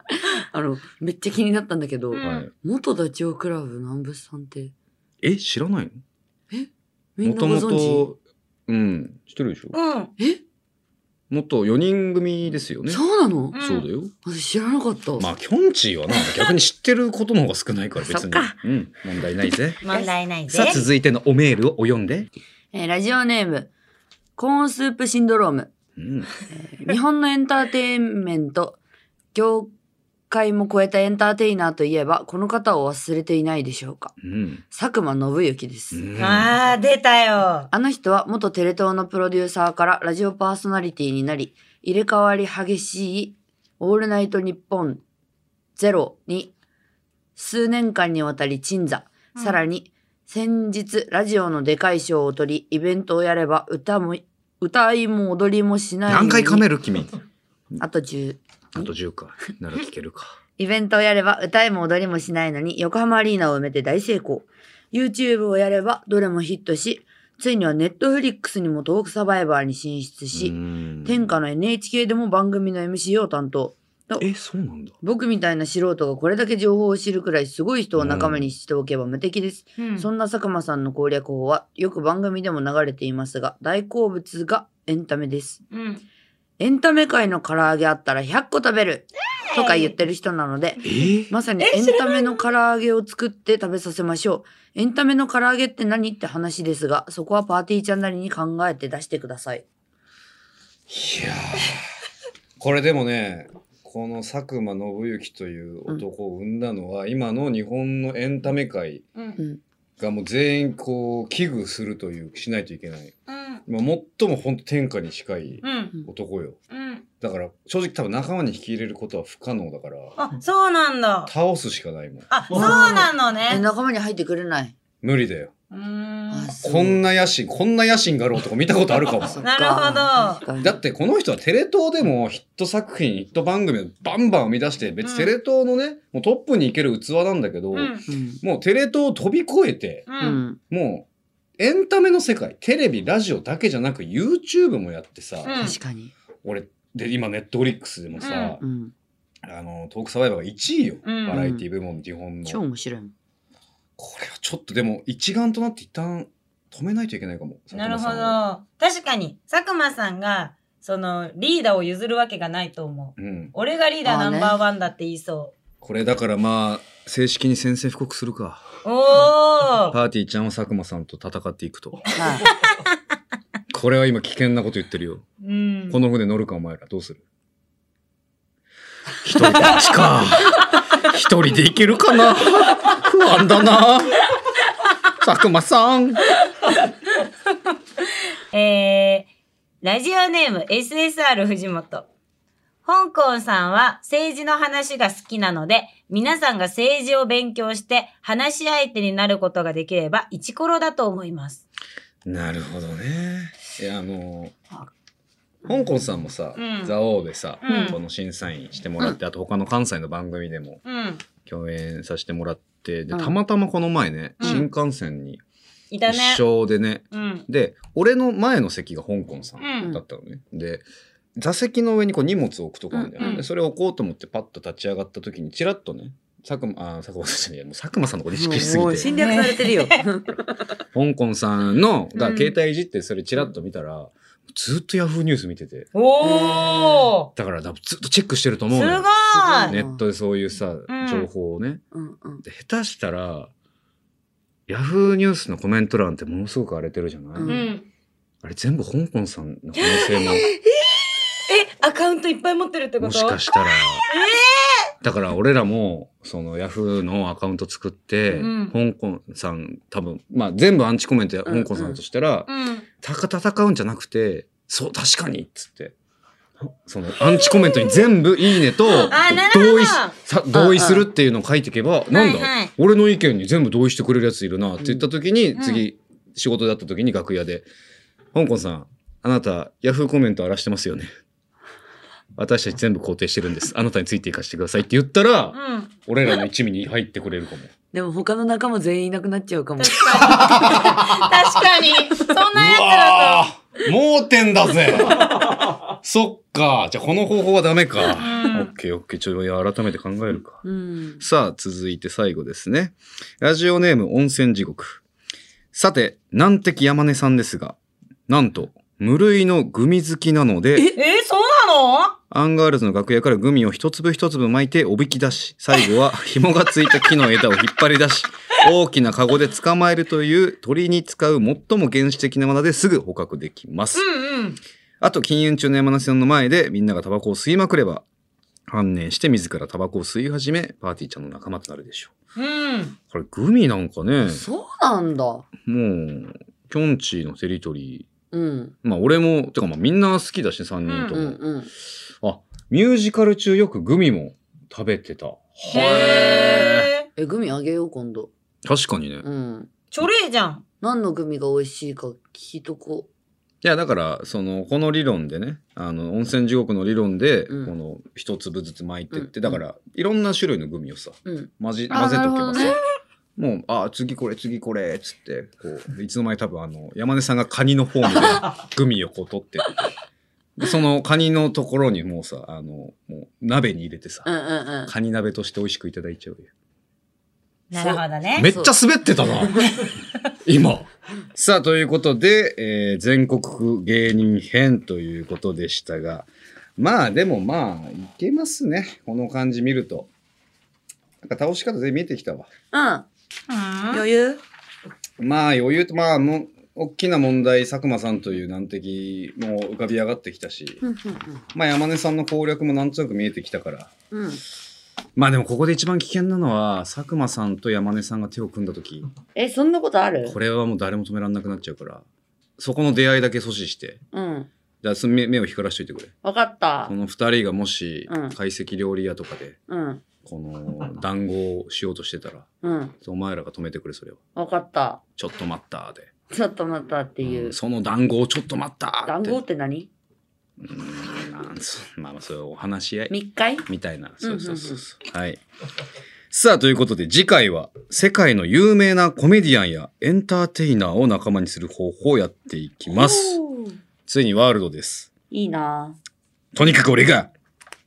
[SPEAKER 3] あの、めっちゃ気になったんだけど、
[SPEAKER 6] うん
[SPEAKER 1] はい、
[SPEAKER 3] 元ダチョウ倶楽部南部さんって、
[SPEAKER 1] え知らない
[SPEAKER 3] み
[SPEAKER 1] の
[SPEAKER 3] ん
[SPEAKER 1] も
[SPEAKER 3] な
[SPEAKER 1] と
[SPEAKER 3] ご
[SPEAKER 1] も
[SPEAKER 3] 存知
[SPEAKER 1] とうん知ってるでしょ
[SPEAKER 6] うん。
[SPEAKER 3] え
[SPEAKER 1] 元4人組ですよね
[SPEAKER 3] そうなの
[SPEAKER 6] うん
[SPEAKER 1] そうだよ
[SPEAKER 3] 私知らなかった。
[SPEAKER 1] まあ、きょんちぃ
[SPEAKER 3] [LAUGHS]
[SPEAKER 1] はな、逆に知ってることの方が少ないから、別
[SPEAKER 3] そっ
[SPEAKER 1] に
[SPEAKER 3] か。
[SPEAKER 1] うん、問題ない
[SPEAKER 3] [LAUGHS]
[SPEAKER 1] ぜ。
[SPEAKER 6] 問題ないぜ
[SPEAKER 1] さ。あ、続いてのおメールをお読んで。
[SPEAKER 3] えーラジオネーム、コーンスープシンドローム。 [LAUGHS]
[SPEAKER 1] うん、
[SPEAKER 3] 日本のエンターテインメント、業界も超えたエンターテイナーといえば、この方を忘れていないでしょうか。
[SPEAKER 1] うん、
[SPEAKER 3] 佐久間信之で
[SPEAKER 1] う
[SPEAKER 3] す。
[SPEAKER 1] ん。
[SPEAKER 6] あー、出たよ。
[SPEAKER 3] あの人は元テレ東のプロデューサーからラジオパーソナリティになり、入れ替わり激しいオールナイトニッポンゼロに数年間にわたり鎮座、
[SPEAKER 6] うん
[SPEAKER 3] さらに先日、ラジオのでかい賞を取り、イベントをやれば、歌も、歌いも踊りもしないのに。
[SPEAKER 7] 何回噛める君。
[SPEAKER 3] あと10。
[SPEAKER 7] あと10か。なら聞けるか。
[SPEAKER 3] [LAUGHS] イベントをやれば歌いも踊りもしないのに横浜アリーナを埋めて大成功。YouTube をやればどれもヒットし、ついには Netflix にもトークサバイバーに進出
[SPEAKER 7] う
[SPEAKER 3] し、
[SPEAKER 7] ん
[SPEAKER 3] 天下の NHK でも番組の MC を担当。
[SPEAKER 7] え、そうなんだ。
[SPEAKER 3] 僕みたいな素人がこれだけ情報を知るくらいすごい人を仲間にしておけば無敵です。
[SPEAKER 6] うん
[SPEAKER 3] そんな佐久間さんの攻略法はよく番組でも流れていますが、大好物がエンタメです。
[SPEAKER 6] うん。
[SPEAKER 3] エンタメ界の唐揚げあったら100個食べるとか言ってる人なので、
[SPEAKER 7] えー
[SPEAKER 3] まさにエンタメの唐揚げを作って食べさせましょう。エンタメの唐揚げって何って話ですが、そこはパーティーちゃんなりに考えて出してください。
[SPEAKER 1] いやーこれでもねこの佐久間信行という男を生んだのは、今の日本のエンタメ界
[SPEAKER 6] うん
[SPEAKER 3] うん。
[SPEAKER 1] がもう全員こう危惧するというしないといけない
[SPEAKER 6] うん。
[SPEAKER 1] まあ最も本当天下に近い
[SPEAKER 6] うん。
[SPEAKER 1] 男よ
[SPEAKER 6] うん。
[SPEAKER 1] だから正直多分仲間に引き入れることは不可能だから
[SPEAKER 6] あ、そうなんだ。
[SPEAKER 1] 倒すしかないもん
[SPEAKER 6] あ、そうなの
[SPEAKER 3] え、
[SPEAKER 6] ね。
[SPEAKER 3] 仲間に入ってくれない。
[SPEAKER 1] 無理だよ
[SPEAKER 6] うーん。
[SPEAKER 3] そう
[SPEAKER 1] こんな野心こんな野心がある男見たことあるかも
[SPEAKER 3] そっか
[SPEAKER 6] なるほど
[SPEAKER 3] 確かに
[SPEAKER 1] だってこの人はテレ東でもヒット作品ヒット番組をバンバン生み出して別
[SPEAKER 6] うん
[SPEAKER 1] にテレ東のね、もうトップに行ける器なんだけど、
[SPEAKER 6] うん。
[SPEAKER 3] うん。
[SPEAKER 1] もうテレ東を飛び越えて
[SPEAKER 6] う。
[SPEAKER 3] うんん。
[SPEAKER 1] もうエンタメの世界テレビラジオだけじゃなく YouTube もやってさ、
[SPEAKER 6] うん
[SPEAKER 3] 確かに。
[SPEAKER 1] 俺で今ネットフリックスでもさ、
[SPEAKER 3] うん。
[SPEAKER 1] あのトークサバイバーが1位よ、
[SPEAKER 6] うん
[SPEAKER 1] バラエティ部門日本の、
[SPEAKER 3] 超面白いも
[SPEAKER 6] [LAUGHS]
[SPEAKER 3] ん。
[SPEAKER 1] これはちょっとでも一丸となって一旦止めないといけないかも佐久
[SPEAKER 6] なる
[SPEAKER 1] 間
[SPEAKER 6] ほ
[SPEAKER 1] さんは
[SPEAKER 6] ど。確かに、佐久間さんが、その、リーダーを譲るわけがないと思う。
[SPEAKER 1] うん、
[SPEAKER 6] 俺がリーダー
[SPEAKER 3] ま
[SPEAKER 6] ナ
[SPEAKER 3] あね
[SPEAKER 6] ンバーワンだって言いそ
[SPEAKER 1] これだからまあ正式に宣戦布告するか
[SPEAKER 6] う。おー
[SPEAKER 1] パーティーちゃんは佐久間さんと戦っていくと。
[SPEAKER 3] はい。
[SPEAKER 1] これは今危険なこと言ってるよ。
[SPEAKER 6] うん。
[SPEAKER 1] この船乗るかお前らどうする一人でちか。一人で行けるかな不安だな。佐久間さん。
[SPEAKER 6] えー、ラジオネーム SSR 藤本。香港さんは政治の話が好きなので、皆さんが政治を勉強して話し相手になることができれば一コロだと思います。
[SPEAKER 1] なるほどね。いや、あの、香港さんもさ、
[SPEAKER 6] うん
[SPEAKER 1] 蔵王でさ、
[SPEAKER 6] うん
[SPEAKER 1] この審査員してもらって、あと他の関西の番組でも
[SPEAKER 6] うん。
[SPEAKER 1] 共演させてもらって、で、
[SPEAKER 3] うん
[SPEAKER 1] たまたまこの前ね、
[SPEAKER 6] うん
[SPEAKER 1] 新幹線に
[SPEAKER 6] いたね。
[SPEAKER 1] 一緒でね、
[SPEAKER 6] うん。
[SPEAKER 1] で俺の前の席が香港さ
[SPEAKER 6] うん
[SPEAKER 1] んだったのね、で座席の上にこう荷物を置くとこあるんだよね、
[SPEAKER 6] うんうん
[SPEAKER 1] でそれを置こうと思ってパッと立ち上がった時にチラッとね佐久間あ佐久間さんじゃないもう佐久間さんのこと意識しすぎ
[SPEAKER 3] もう
[SPEAKER 1] て
[SPEAKER 3] 侵略されてるよ。
[SPEAKER 1] 香港さんのが
[SPEAKER 6] うん
[SPEAKER 1] 携帯いじってそれチラッと見たら、ずっとヤフーニュース見てて
[SPEAKER 6] おー
[SPEAKER 1] だからだずっとチェックしてると
[SPEAKER 6] す
[SPEAKER 1] 思う
[SPEAKER 6] ご
[SPEAKER 1] のよ
[SPEAKER 6] い
[SPEAKER 1] ネットでそういうさ、
[SPEAKER 6] うん
[SPEAKER 1] 情報をね
[SPEAKER 3] [LAUGHS] うんうん。
[SPEAKER 1] で下手したらヤフーニュースのコメント欄ってものすごく荒れてるじゃない、
[SPEAKER 3] う
[SPEAKER 6] うんん。
[SPEAKER 1] あれ全部香港さんの可能性
[SPEAKER 6] [LAUGHS]
[SPEAKER 1] も
[SPEAKER 6] え、アカウントいっぱい持ってるってこ
[SPEAKER 1] も
[SPEAKER 6] と
[SPEAKER 1] しかしたら、だから俺らもそのヤフーのアカウント作って、
[SPEAKER 6] うん
[SPEAKER 1] 香港さん多分まあ全部アンチコメントや
[SPEAKER 3] うんうん
[SPEAKER 1] 香港さんとしたら、
[SPEAKER 6] うん。
[SPEAKER 1] たか戦うんじゃなくてそう確かにっつってそのアンチコメントに全部「いいねと」
[SPEAKER 6] あなるほど
[SPEAKER 1] 同意しさ同意するっていうのを書いていけば、なんだ、
[SPEAKER 6] はいはい
[SPEAKER 1] 俺の意見に全部同意してくれるやついるなって言った時に、次仕事で会った時に楽屋で「香港さんあなたヤフーコメント荒らしてますよね」私たち全部肯定してるんです。あなたについていかしてくださいって言ったら、
[SPEAKER 6] うん。
[SPEAKER 1] 俺らの一味に入ってくれるかも。
[SPEAKER 3] でも他の仲間全員いなくなっちゃうかも。
[SPEAKER 6] 確 [LAUGHS] かに。確かに。そんなやつら
[SPEAKER 1] ぁ盲点だぜそっか。じゃあこの方法はダメか。
[SPEAKER 6] ん
[SPEAKER 1] オッケーオッケー。ちょっと改めて考えるか。
[SPEAKER 3] うん。
[SPEAKER 1] さあ、続いて最後ですね。ラジオネーム温泉地獄。さて、難敵山根さんですが、なんと、無類のグミ好きなので、
[SPEAKER 6] と。え、そうなの
[SPEAKER 1] アンガールズの楽屋からグミを一粒一粒巻いておびき出し、最後は紐がついた木の枝を引っ張り出し、大きなカゴで捕まえるという鳥に使う最も原始的な技ですぐ捕獲できます。
[SPEAKER 6] うんうん。
[SPEAKER 1] あと禁煙中の山梨さんの前でみんながタバコを吸いまくれば、観念して自らタバコを吸い始め、パーティーちゃんの仲間となるでしょう。
[SPEAKER 6] うん。
[SPEAKER 1] これグミなんかね、
[SPEAKER 3] そうなんだ。
[SPEAKER 1] もう、キョンチーのテリトリ
[SPEAKER 3] うん。
[SPEAKER 1] ー。まあ俺も、てかまあみんな好きだし、3人と
[SPEAKER 3] うん
[SPEAKER 1] も。
[SPEAKER 3] うん。
[SPEAKER 1] あ、ミュージカル中よくグミも食べてた。
[SPEAKER 6] へ
[SPEAKER 1] へ
[SPEAKER 6] ー。
[SPEAKER 3] え、グミあげよう、今度。
[SPEAKER 1] 確かにね。
[SPEAKER 3] うん。
[SPEAKER 6] チョレーじゃん。
[SPEAKER 3] 何のグミが美味しいか聞いとこ
[SPEAKER 1] いやだからそのこの理論でねあの温泉地獄の理論でこ
[SPEAKER 3] うん
[SPEAKER 1] の一粒ずつ巻いてって、
[SPEAKER 3] うん
[SPEAKER 1] だからいろんな種類のグミをさ
[SPEAKER 3] う。うん。
[SPEAKER 1] 混じ
[SPEAKER 3] あ
[SPEAKER 1] 混ぜとけ
[SPEAKER 3] なるほど
[SPEAKER 1] ばさ、
[SPEAKER 3] ね
[SPEAKER 1] もうあ次これ次これっつってこういつの間に多分あの山根さんがカニのフォームで
[SPEAKER 3] [LAUGHS]
[SPEAKER 1] グミをこう取ってでそのカニのところにもうさあのもう鍋に入れてさ
[SPEAKER 3] うんうんうん。
[SPEAKER 1] カニ鍋として美味しくいただいちゃうよ
[SPEAKER 6] なるほどね。
[SPEAKER 1] めっちゃ滑ってたな今さあということで、えー全国区芸人編ということでしたがまあでもまあいけますねこの感じ見るとなんか倒し方で見えてきたわ
[SPEAKER 3] うん。
[SPEAKER 6] うん
[SPEAKER 3] 余裕
[SPEAKER 1] まあ余裕とまあもう大きな問題佐久間さんという難敵も浮かび上がってきたし、
[SPEAKER 3] うん
[SPEAKER 1] まあ、山根さんの攻略もなんとなく見えてきたから
[SPEAKER 3] うんうん。
[SPEAKER 1] まあでもここで一番危険なのは佐久間さんと山根さんが手を組んだ時
[SPEAKER 3] え、そんなことある
[SPEAKER 1] これはもう誰も止められなくなっちゃうからそこの出会いだけ阻止して
[SPEAKER 3] うん。
[SPEAKER 1] じゃあその目目を光らしといてくれ
[SPEAKER 3] わかった
[SPEAKER 1] こ。の二人がもし
[SPEAKER 3] うん
[SPEAKER 1] 懐石料理屋とかで
[SPEAKER 3] うん。
[SPEAKER 1] この談合をしようとしてたら
[SPEAKER 3] うん。
[SPEAKER 1] お前らが止めてくれそれを
[SPEAKER 3] わかった。
[SPEAKER 1] ちょっと待ったで、
[SPEAKER 3] ちょっと待ったっていう
[SPEAKER 1] う。んその談合をちょっと待ったって
[SPEAKER 3] 談合って何
[SPEAKER 1] なんそまあまあそういうお話し合い
[SPEAKER 3] 密会
[SPEAKER 1] みたいな。
[SPEAKER 3] うん
[SPEAKER 1] そ
[SPEAKER 3] うん
[SPEAKER 1] うそうそうそう。はい。さあ、ということで次回は世界の有名なコメディアンやエンターテイナーを仲間にする方法をやっていきます。
[SPEAKER 3] おー
[SPEAKER 1] ついにワールドです。
[SPEAKER 3] いいな
[SPEAKER 1] とにかく俺が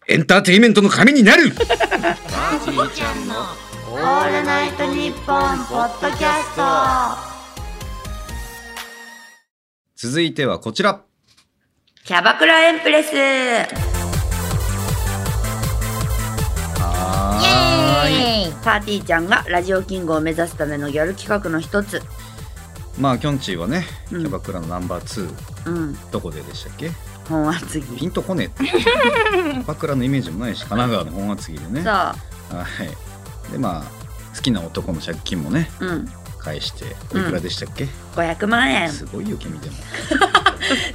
[SPEAKER 1] エンターテイメントの神になる
[SPEAKER 6] オールナイトニッポンポッドキャスト。
[SPEAKER 1] 続いてはこちら。
[SPEAKER 3] キャバクラエンプレス
[SPEAKER 6] イエーイ。
[SPEAKER 3] パーティーちゃんがラジオキングを目指すためのギャル企画の一つ。
[SPEAKER 1] まあ、きょんちぃはね、キ
[SPEAKER 3] うん
[SPEAKER 1] ャバクラのナンバー2、
[SPEAKER 3] うん。
[SPEAKER 1] どこででしたっけ
[SPEAKER 3] 本
[SPEAKER 1] ピ
[SPEAKER 3] 厚木。
[SPEAKER 1] ンとこね
[SPEAKER 3] [LAUGHS]
[SPEAKER 1] えって。キャバクラのイメージもないし、神奈川の本厚木でね。は
[SPEAKER 3] さ
[SPEAKER 1] い。で、まあ、好きな男の借金もね、
[SPEAKER 3] あ、うん。
[SPEAKER 1] 返して、いくらでしたっけ、
[SPEAKER 3] 500万円。
[SPEAKER 1] すごいよ、君でも。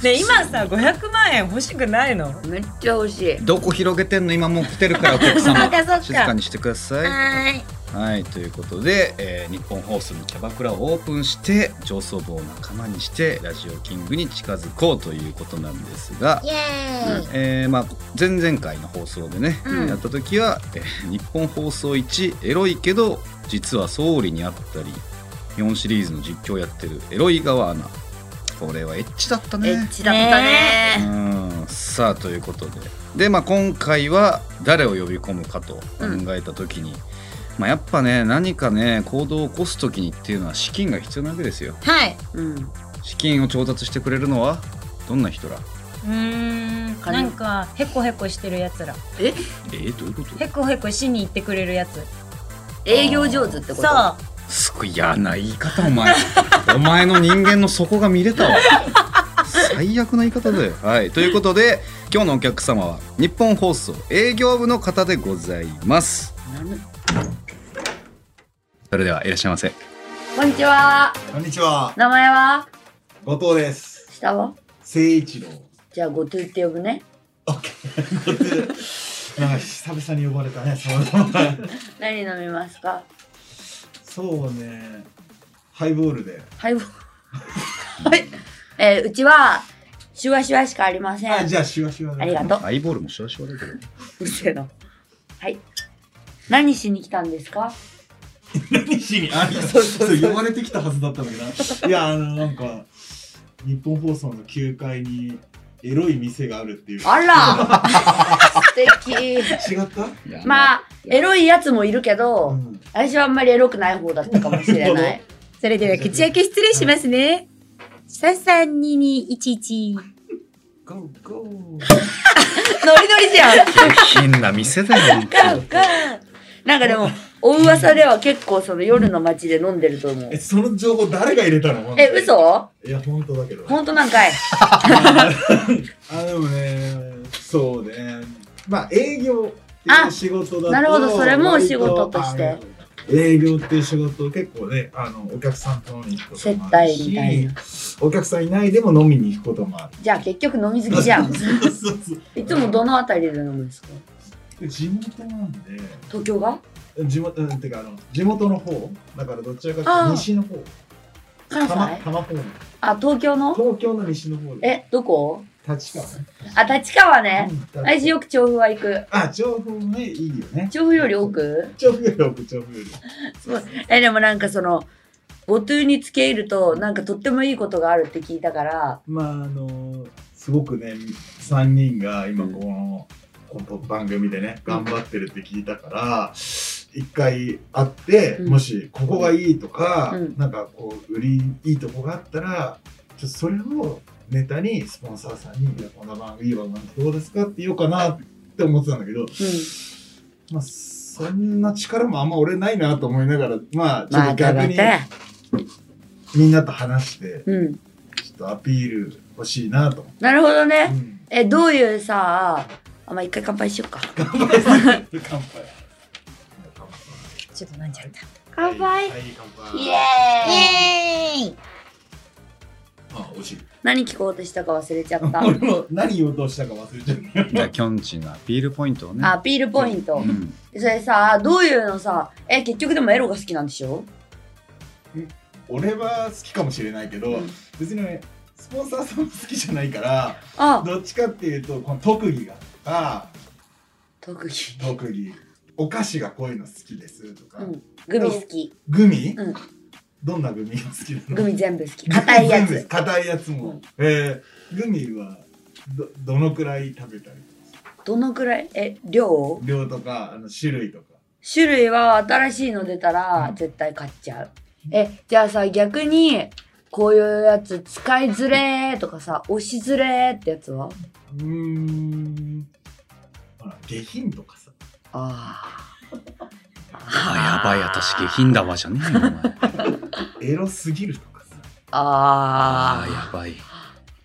[SPEAKER 6] ね今さ500万円欲しくないの？
[SPEAKER 3] めっちゃ欲しい。
[SPEAKER 1] どこ広げてんの今もう来てるからお客
[SPEAKER 6] [LAUGHS] そっかそっか
[SPEAKER 1] 様静かにしてください。
[SPEAKER 6] はい。
[SPEAKER 1] はいということで、えー日本放送にキャバクラをオープンして上層部を仲間にしてラジオキングに近づこうということなんですが
[SPEAKER 6] イ、エーイ。
[SPEAKER 1] えーまあ、前々回の放送でね、
[SPEAKER 6] うん
[SPEAKER 1] やった時は、えー日本放送1エロいけど実は総理にあったり日本シリーズの実況やってるエロい側アナこれはエッチだったね。
[SPEAKER 3] エッチだったね。
[SPEAKER 1] うんさあということでで、まあ、今回は誰を呼び込むかと考えた時に、まあ、やっぱね何かね行動を起こす時にっていうのは資金が必要なわけですよ
[SPEAKER 6] はい。
[SPEAKER 3] うん。
[SPEAKER 1] 資金を調達してくれるのはどんな人ら
[SPEAKER 6] うーん。なんかヘコヘコしてるやつら。
[SPEAKER 1] えー、どういうこと
[SPEAKER 6] ヘコヘコしに行ってくれるやつ。
[SPEAKER 3] 営業上手ってこと
[SPEAKER 6] そう。あ
[SPEAKER 1] すごい嫌な言い方お前お前の人間の底が見れたわ最悪な言い方だよ、はい、ということで今日のお客様は日本放送営業部の方でございますそれではいらっしゃいませ
[SPEAKER 3] こんにちは。
[SPEAKER 8] こんにちは、
[SPEAKER 3] 名前は
[SPEAKER 8] 後藤です。
[SPEAKER 3] 下は
[SPEAKER 8] 誠一郎。
[SPEAKER 3] じゃあ、ごとって呼ぶね。
[SPEAKER 8] なんか久々に呼ばれたね、その名前
[SPEAKER 3] 何飲みますか
[SPEAKER 8] そうね、ハイボールで。
[SPEAKER 3] はい。はい。えー、うちは、シュワシュワしかありません。
[SPEAKER 8] あ、
[SPEAKER 3] あ
[SPEAKER 8] じゃあ、シュワシュワで。
[SPEAKER 3] りがとう。
[SPEAKER 1] アイボールもシュワシュワだけど
[SPEAKER 3] うるせえな。はい。何しに来たんですか
[SPEAKER 8] [LAUGHS] 何しに、あ、そうそう呼ばれてきたはずだったんだけど。いや、あの、なんか、日本放送の9階に、エロい店があるっていう。
[SPEAKER 3] あ
[SPEAKER 8] [LAUGHS]
[SPEAKER 3] ら素敵。
[SPEAKER 8] 違った
[SPEAKER 1] いや
[SPEAKER 3] まあ、エロいやつもいるけど、
[SPEAKER 8] うん
[SPEAKER 3] 私はあんまりエロくない方だったかもしれ
[SPEAKER 8] な
[SPEAKER 3] な
[SPEAKER 8] る
[SPEAKER 3] い。
[SPEAKER 9] それでは口開け失礼しますね。三三二二一一。
[SPEAKER 8] ゴーゴー。
[SPEAKER 3] ノリノリじゃん。
[SPEAKER 1] 下品な店だよ本当に
[SPEAKER 3] なんかでも、お噂では結構その夜の街で飲んでると思う
[SPEAKER 8] え、。その情報誰が入れたの
[SPEAKER 3] え、嘘
[SPEAKER 8] いや、本当だけど。
[SPEAKER 3] 本当なんかい。
[SPEAKER 8] あでもねそうねまあ営業っていう仕事だと
[SPEAKER 3] なるほどそれもお仕事として
[SPEAKER 8] 割とあ営業っていう仕事を結構ねあのお客さんと飲みに行くこともある
[SPEAKER 3] 接待
[SPEAKER 8] し
[SPEAKER 3] みたいな
[SPEAKER 8] お客さんいないでも飲みに行くこともある
[SPEAKER 3] じゃあ結局飲み好きじゃん。
[SPEAKER 8] そうそうそう
[SPEAKER 3] いつもどのあたりで飲むんですか
[SPEAKER 8] 地元なんで
[SPEAKER 3] 東京が
[SPEAKER 8] 地元うんてかあの地元の方だからどちらかという
[SPEAKER 3] あ
[SPEAKER 8] と
[SPEAKER 3] あ
[SPEAKER 8] 西の方
[SPEAKER 10] 関
[SPEAKER 8] 多摩多
[SPEAKER 10] 西
[SPEAKER 8] 摩方面
[SPEAKER 10] あ、東京の
[SPEAKER 8] 東京の西の方で
[SPEAKER 10] え、どこ
[SPEAKER 8] 立川
[SPEAKER 10] あ、立川ね。
[SPEAKER 8] うん
[SPEAKER 10] 私よく調布は行く。
[SPEAKER 8] あ調布ねいいよね
[SPEAKER 10] 調布より奥
[SPEAKER 8] 調布より奥調布より
[SPEAKER 3] え、でもなんかその、ボトゥーにつけると、なんかとってもいいことがあるって聞いたから、
[SPEAKER 8] まああのすごくね3人が今この、この番組でね頑張ってるって聞いたから一回会って、
[SPEAKER 3] うん
[SPEAKER 8] もしここがいいとか、
[SPEAKER 3] うん
[SPEAKER 8] なんかこう売りいいとこがあったらちょっとそれをネタにスポンサーさんに「いやこんな番組いい番組なんてどうですか?」って言おうかなって思ってたんだけど、まあそんな力もあんま俺ないなと思いながらまあちょっと逆にみんなと話して
[SPEAKER 3] うん。
[SPEAKER 8] ちょっとアピール欲しいなと思って。
[SPEAKER 3] なるほどね。
[SPEAKER 8] うん
[SPEAKER 3] え、どういうさ、あ、まあ、一回乾杯しようか。
[SPEAKER 8] 乾杯。
[SPEAKER 6] ちょっと飲んじゃった。
[SPEAKER 8] 乾杯。はい、乾杯。イエ
[SPEAKER 6] イエーイ
[SPEAKER 8] あ、美味しい。
[SPEAKER 3] 何聞こうとしたか忘れちゃった。
[SPEAKER 8] 俺も何言おうとしたか忘れちゃった。
[SPEAKER 1] じゃあ、きょんちぃのアピールポイントをね。
[SPEAKER 3] あアピールポイント
[SPEAKER 1] う。ん
[SPEAKER 3] それさ、どういうのさ、え、結局でもエロが好きなんでしょ
[SPEAKER 8] 俺は好きかもしれないけど、別にね、スポンサーさんも好きじゃないから、
[SPEAKER 3] あ、
[SPEAKER 8] どっちかっていうと、この特技がとか、
[SPEAKER 3] 特技。
[SPEAKER 8] 特技、お菓子がこういうの好きですと
[SPEAKER 3] う
[SPEAKER 8] か、
[SPEAKER 3] ん。グミ好き。
[SPEAKER 8] グミ、
[SPEAKER 3] うん
[SPEAKER 8] どんなグミが好きなの
[SPEAKER 3] グミ全部好き。硬いや
[SPEAKER 8] 全部
[SPEAKER 3] つ。
[SPEAKER 8] 硬いやつも。えー、グミはどどのくらい食べたり
[SPEAKER 3] どのくらいえ、量
[SPEAKER 8] 量とか、あの種類とか。
[SPEAKER 3] 種類は新しいの出たら絶対買っちゃう。え、じゃあさ、逆に、こういうやつ使いづれーとかさ、押しづれーってやつは
[SPEAKER 8] うーん。ほら、下品とかさ。
[SPEAKER 3] あ
[SPEAKER 1] あ、やばい、私下品だわ、じゃねえよ、お前。
[SPEAKER 8] エロすぎるとかさ。
[SPEAKER 3] あ。あ
[SPEAKER 1] あ
[SPEAKER 3] ー
[SPEAKER 1] あ、やばい。う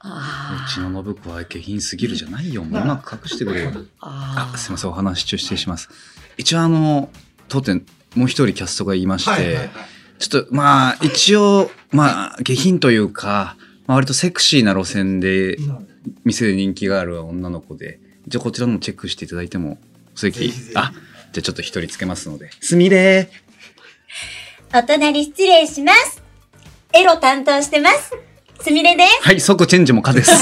[SPEAKER 3] あ
[SPEAKER 1] ちの信子は下品すぎるじゃないよ。もううまく隠してくれよ。
[SPEAKER 3] ー。あ
[SPEAKER 1] あ、す
[SPEAKER 3] ー
[SPEAKER 1] みません、お話し中失礼します。一応、あの、当店、もう一人キャストがいまして、ちょっと、まあ、一応、まあ、下品というか、まあ、割とセクシーな路線で、店で人気がある女の子で、じゃあこちらのもチェックしていただいても、お席
[SPEAKER 8] ぜひぜ、ひ
[SPEAKER 1] あ、じゃあちょっと一人つけますので。すみれ
[SPEAKER 6] お隣失礼します。エロ担当してます。すみれです。
[SPEAKER 1] はい、即チェンジも可です。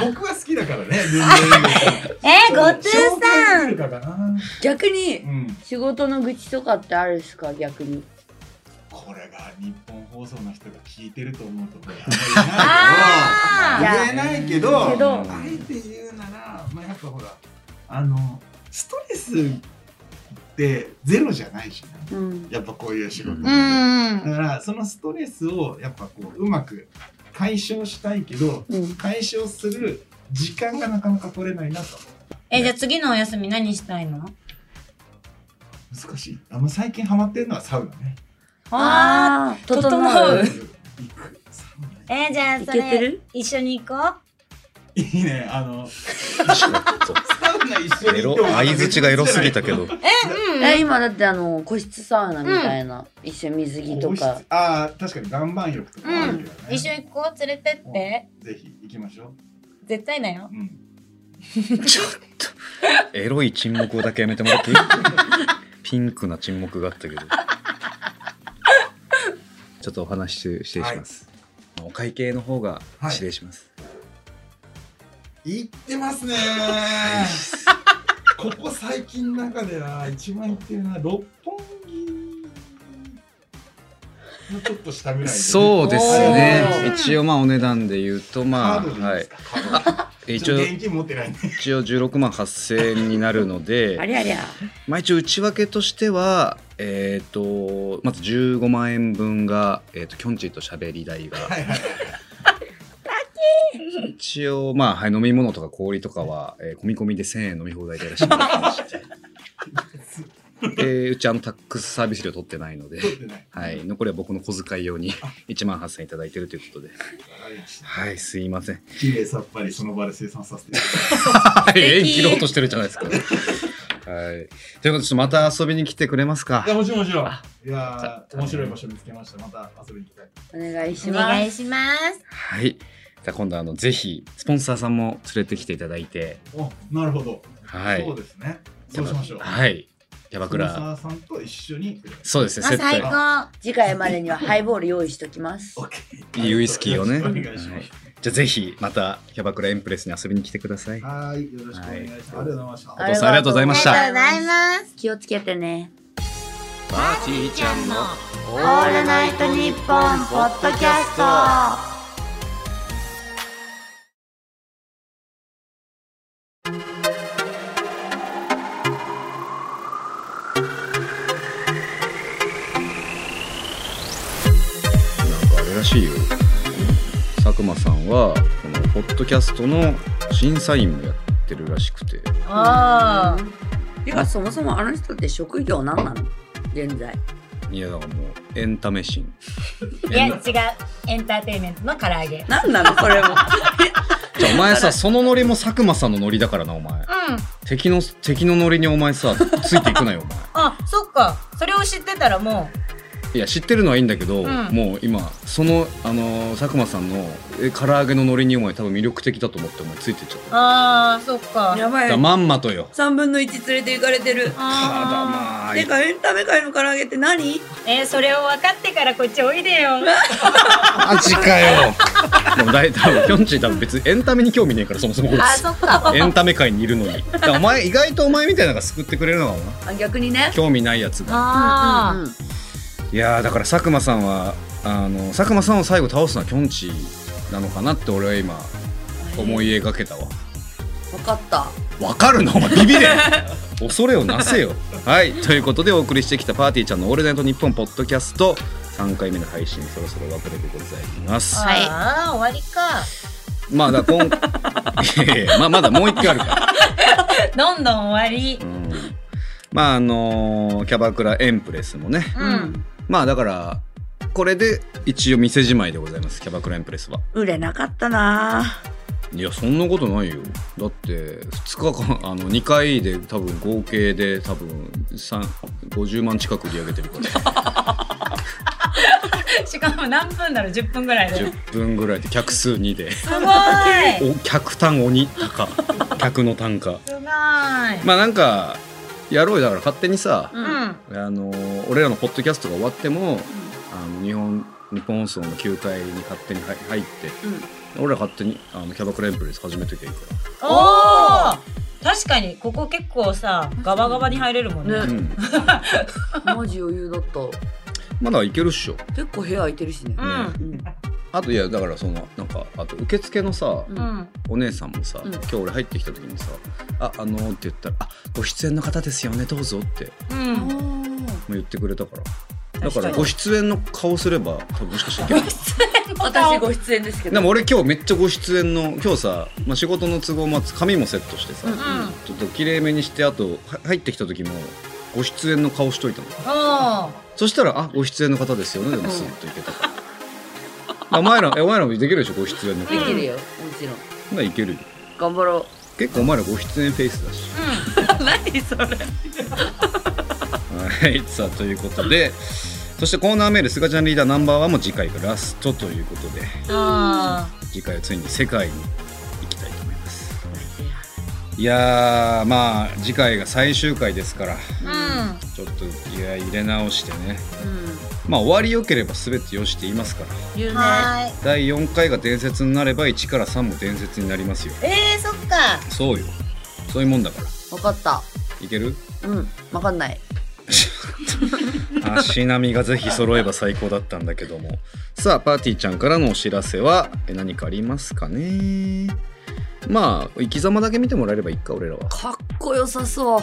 [SPEAKER 8] 僕は好きだからね。
[SPEAKER 6] えー、 [LAUGHS] ごつーさん。
[SPEAKER 8] ん。かな。
[SPEAKER 3] 逆に
[SPEAKER 8] う、ん。
[SPEAKER 3] 仕事の愚痴とかってあるっすか逆に。
[SPEAKER 8] これが日本放送の人が聞いてると思うとこ
[SPEAKER 6] あ
[SPEAKER 3] ー
[SPEAKER 8] 言えないけど。言えないけど。
[SPEAKER 3] けど
[SPEAKER 8] あえて言うなら、まあやっぱほら、あの、ストレスってゼロじゃないしね。
[SPEAKER 3] うん。
[SPEAKER 8] やっぱこういう仕事。
[SPEAKER 1] う
[SPEAKER 6] うー
[SPEAKER 8] だ
[SPEAKER 6] ん。
[SPEAKER 8] からそのストレスをやっぱこううまく解消したいけど、
[SPEAKER 3] うん
[SPEAKER 8] 解消する時間がなかなか取れないなと
[SPEAKER 6] え、じゃあ次のお休み何したいの
[SPEAKER 8] 難しいあの最近ハマってるのはサウナね
[SPEAKER 3] あー、整
[SPEAKER 6] 整う
[SPEAKER 3] う。
[SPEAKER 8] 行くサウナね
[SPEAKER 6] えー、じゃあそ
[SPEAKER 3] いけて
[SPEAKER 6] れ
[SPEAKER 3] る、
[SPEAKER 6] 一緒に行こ
[SPEAKER 8] いいねあのサ
[SPEAKER 1] エ
[SPEAKER 8] ウナ一緒に行
[SPEAKER 1] ロ
[SPEAKER 8] っても
[SPEAKER 1] 相づちがエロすぎたけど。
[SPEAKER 6] う。
[SPEAKER 3] え、今だってあの、個室サウナみたいな、一緒に水着とか。
[SPEAKER 8] ああ確かに岩盤浴とかあるけどね、
[SPEAKER 6] うん。一緒に行こう。連れてって。
[SPEAKER 8] ぜひ行きましょ
[SPEAKER 6] 絶対だよ
[SPEAKER 8] う、。うん、
[SPEAKER 1] エロい沈黙をだけやめてもらっていいピンクな沈黙があったけど。ちょっとお話し中失礼します。お会計の方が
[SPEAKER 8] はい
[SPEAKER 1] 失礼します。
[SPEAKER 8] 行ってますねここ最近の中では一番行ってるのは六本木のちょっと下ぐらいでね、
[SPEAKER 1] そうです
[SPEAKER 8] お
[SPEAKER 1] ね
[SPEAKER 8] ー。
[SPEAKER 1] 一応まあお値段で言うとま
[SPEAKER 8] カ
[SPEAKER 1] あ、
[SPEAKER 8] ードでいい
[SPEAKER 1] は
[SPEAKER 8] で
[SPEAKER 1] い
[SPEAKER 8] す。か、カード
[SPEAKER 1] 一
[SPEAKER 8] ちょ
[SPEAKER 1] 応
[SPEAKER 8] っと現金持ってないんで
[SPEAKER 1] 一応16万8000円になるので、
[SPEAKER 3] ありゃりゃ。
[SPEAKER 1] まあ、一応内訳としては、えっ、と、まず15万円分が、えっ、と、きょんちぃと喋り代が。一応、まあ、はい、飲み物とか氷とかは、えー、込み込みで1000円飲み放題でやらせてもらってまして。で、うちあのタックスサービス料取ってないので、
[SPEAKER 8] 取ってない。
[SPEAKER 1] はい、残りは僕の小遣い用に1万8000円いただいてるということで。はい、すいません。
[SPEAKER 8] 綺麗さっぱりその場で生産させて。
[SPEAKER 1] はい、
[SPEAKER 3] 敵
[SPEAKER 1] 縁切ろうとしてるじゃないですか。はい。ということで、ちょっとまた遊びに来てくれますか
[SPEAKER 8] いや、。もちろんもちろん。いやー、面白い場所見つけました。また遊びに行きたい。
[SPEAKER 3] お願いし
[SPEAKER 6] お
[SPEAKER 3] ま
[SPEAKER 6] 願
[SPEAKER 3] す。
[SPEAKER 6] いします。
[SPEAKER 1] はい。じゃあ今度あのぜひスポンサーさんも連れてきていただいて、
[SPEAKER 8] お、なるほど。
[SPEAKER 1] はい。
[SPEAKER 8] そうですね。そうしましょう。
[SPEAKER 1] はい。キャバク
[SPEAKER 8] ク
[SPEAKER 1] ラ。
[SPEAKER 8] ラさんと一緒に
[SPEAKER 1] そうですね、
[SPEAKER 6] あ、
[SPEAKER 1] 接
[SPEAKER 6] 最
[SPEAKER 1] 待。
[SPEAKER 6] 高。
[SPEAKER 3] 次回までにはハイボール用意しときます
[SPEAKER 8] オ。ッケー
[SPEAKER 1] いいウイスキーをね
[SPEAKER 8] よろしくお願いします
[SPEAKER 1] じゃあぜひ、またキャバクラエンプレスに遊びに来てください。
[SPEAKER 8] はいよろしくお願いしますありがとうございました
[SPEAKER 1] お父さんありがとうござい
[SPEAKER 6] あ
[SPEAKER 1] ま
[SPEAKER 6] り
[SPEAKER 1] し
[SPEAKER 6] が
[SPEAKER 1] た。
[SPEAKER 6] とうございます。
[SPEAKER 3] 気をつけてね。
[SPEAKER 11] パーティーちゃんの
[SPEAKER 6] オールナイトニッポンポッドキャスト。
[SPEAKER 11] なんかあれらしいよ佐久間さんはこのポッドキャストの審査員もやってるらしくて
[SPEAKER 6] あ
[SPEAKER 3] てか、そもそもあの人って職業何なの現在。
[SPEAKER 1] いや、だからもう、エンタメシン。
[SPEAKER 6] あ。いや、違う。エンターテインメントの唐揚げ。
[SPEAKER 3] 何なのこれも。
[SPEAKER 1] じゃあお前さ、そのノリも佐久間さんのノリだからな、お前。
[SPEAKER 6] うん。
[SPEAKER 1] 敵の、敵のノリにお前さ、ついていくなよ、お前。
[SPEAKER 6] あ、そっか。それを知ってたらも
[SPEAKER 1] いや、知ってるのはいいんだけど、
[SPEAKER 6] ん
[SPEAKER 1] もう今、その、あのー佐久間さんの、え唐揚げのノリにお前多分魅力的だと思って、お前ついていっちゃっ
[SPEAKER 6] う。ああ、そっか。
[SPEAKER 3] やば
[SPEAKER 1] た。だ
[SPEAKER 3] [LAUGHS] い。
[SPEAKER 1] まんまとよ。
[SPEAKER 3] 3分の1連れて行かれてる。
[SPEAKER 6] あ
[SPEAKER 1] まあ
[SPEAKER 3] てか、エンタメ界の唐揚げって何
[SPEAKER 6] ーえー、それを分かってからこっちおいでよ。
[SPEAKER 1] マジかよ。でも大多分きょんちぃ多分別にエンタメに興味ねえからそもそもこい
[SPEAKER 6] あ、
[SPEAKER 1] つ
[SPEAKER 6] そっか。
[SPEAKER 1] エンタメ界にいるのに。だからお前意外とお前みたいなのが救ってくれるのかもな。
[SPEAKER 3] あ逆にね。
[SPEAKER 1] 興味ないやつが。
[SPEAKER 6] あ
[SPEAKER 3] うん
[SPEAKER 1] いやーだから佐久間さんはあの佐久間さんを最後倒すのはきょんちぃなのかなって俺は今思い描けたわ。
[SPEAKER 3] 分かった。
[SPEAKER 1] わかるのお前ビビれ [LAUGHS] 恐れをなせよはいということでお送りしてきたパーティーちゃんの「オールナイトニッポン」ポッドキャスト3回目の配信そろそろお別れでございます
[SPEAKER 6] あ。
[SPEAKER 3] はい
[SPEAKER 6] ああ、終わりか。
[SPEAKER 1] まあだから今いやいやまあまだもう一回あるから
[SPEAKER 6] どんどん終わり
[SPEAKER 1] う。んまああのーキャバクラエンプレスもね
[SPEAKER 6] うん。
[SPEAKER 1] まあだからこれで一応店じまいでございますキャバクラエンプレスは
[SPEAKER 3] 売れなかったない
[SPEAKER 1] やそんなことないよだって2日間あの2回で多分合計で多分3 50万近く売り上げてるから
[SPEAKER 6] しかも何分だろう ?10 分ぐらいで。す
[SPEAKER 1] 10分ぐらいで客数2で
[SPEAKER 6] ごーい。
[SPEAKER 1] お客単鬼高客の単価
[SPEAKER 6] すごーい。
[SPEAKER 1] まあなんかやろうよだから勝手にさ、
[SPEAKER 6] う。
[SPEAKER 3] うん
[SPEAKER 1] あの俺らのポッドキャストが終わっても、あの日本日本放送の9階に勝手に入入って、俺ら勝手にあのキャバクラエンプレス始めときゃいいか
[SPEAKER 6] おお確かに、ここ結構さ、ガバガバに入れるもんね。
[SPEAKER 1] ら、
[SPEAKER 3] ね
[SPEAKER 1] うん、
[SPEAKER 3] マジ余裕だった
[SPEAKER 1] まだいけるっしょ
[SPEAKER 3] 結構部屋空いてるしね
[SPEAKER 6] う、ん。
[SPEAKER 3] うん、
[SPEAKER 1] あといやだからそのなんかあと受付のさ、
[SPEAKER 3] うん
[SPEAKER 6] うん。
[SPEAKER 1] お姉さんもさ、
[SPEAKER 3] うん
[SPEAKER 1] 今日俺入ってきた時にさ「ああのー」って言ったら「あご出演の方ですよねどうぞ」っても
[SPEAKER 6] う
[SPEAKER 1] う
[SPEAKER 6] ん。
[SPEAKER 1] 言ってくれたからだ
[SPEAKER 6] 確
[SPEAKER 1] か
[SPEAKER 6] からに
[SPEAKER 1] ご出演の顔すれば多分もしかしたらいけ
[SPEAKER 3] [LAUGHS]
[SPEAKER 1] る
[SPEAKER 3] 私ご出演ですけど
[SPEAKER 1] でも俺今日めっちゃご出演の今日さ、まあ、仕事の都合もあって髪もセットしてさ、
[SPEAKER 3] うん
[SPEAKER 1] ちょっと綺麗めにしてあとは入ってきた時もご出演の顔しといたの
[SPEAKER 6] おー
[SPEAKER 1] そしたら「あご出演の方ですよね」でもスッといけたから。あお前らえお前らもできるでしょご出演の
[SPEAKER 3] で
[SPEAKER 1] 方
[SPEAKER 3] きるよもちろん
[SPEAKER 1] まあいけるよ
[SPEAKER 3] 頑張ろ
[SPEAKER 1] 結構お前らご出演フェイスだし
[SPEAKER 3] う
[SPEAKER 6] [LAUGHS]
[SPEAKER 3] 何それ
[SPEAKER 1] はい、 [LAUGHS] さあということで、そしてコーナーメール、すがちゃんリーダーナンバーワンも次回がラストということで、
[SPEAKER 6] あ
[SPEAKER 1] 次回はついに世界に行きたいと思います。いやー、まあ、次回が最終回ですから、
[SPEAKER 6] ーうん。
[SPEAKER 1] ちょっといや入れ直してね、
[SPEAKER 3] うん
[SPEAKER 1] まあ、終わりよければ全てよしって言いますから、
[SPEAKER 3] 言うね
[SPEAKER 6] は
[SPEAKER 1] 第4回が伝説になれば、1から3も伝説になりますよ。
[SPEAKER 6] ーい。えー、そっか。
[SPEAKER 1] そうよ、そういうもんだから、
[SPEAKER 3] 分かった
[SPEAKER 1] いける
[SPEAKER 3] うん分かんない
[SPEAKER 1] 足並みがぜひ揃えば最高だったんだけどもさあパーティーちゃんからのお知らせはえ何かありますかねまあ生き様だけ見てもらえればいいか俺らは
[SPEAKER 3] かっこよさそう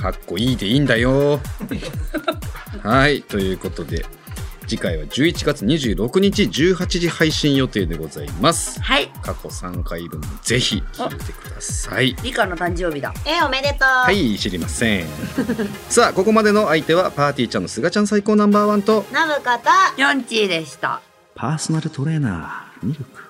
[SPEAKER 1] かっこいいでいいんだよはいということで次回は11月26日18時配信予定でございます
[SPEAKER 3] はい
[SPEAKER 1] 過去3回分ぜひ聞いてください
[SPEAKER 3] リカの誕生日だ
[SPEAKER 6] えー、おめでとう。
[SPEAKER 1] はい知りませんさあここまでの相手はパーティーちゃんのすがちゃん最高ナンバーワンと
[SPEAKER 6] なぶかと、
[SPEAKER 3] ヨンチーでした
[SPEAKER 1] パーソナルトレーナーミルク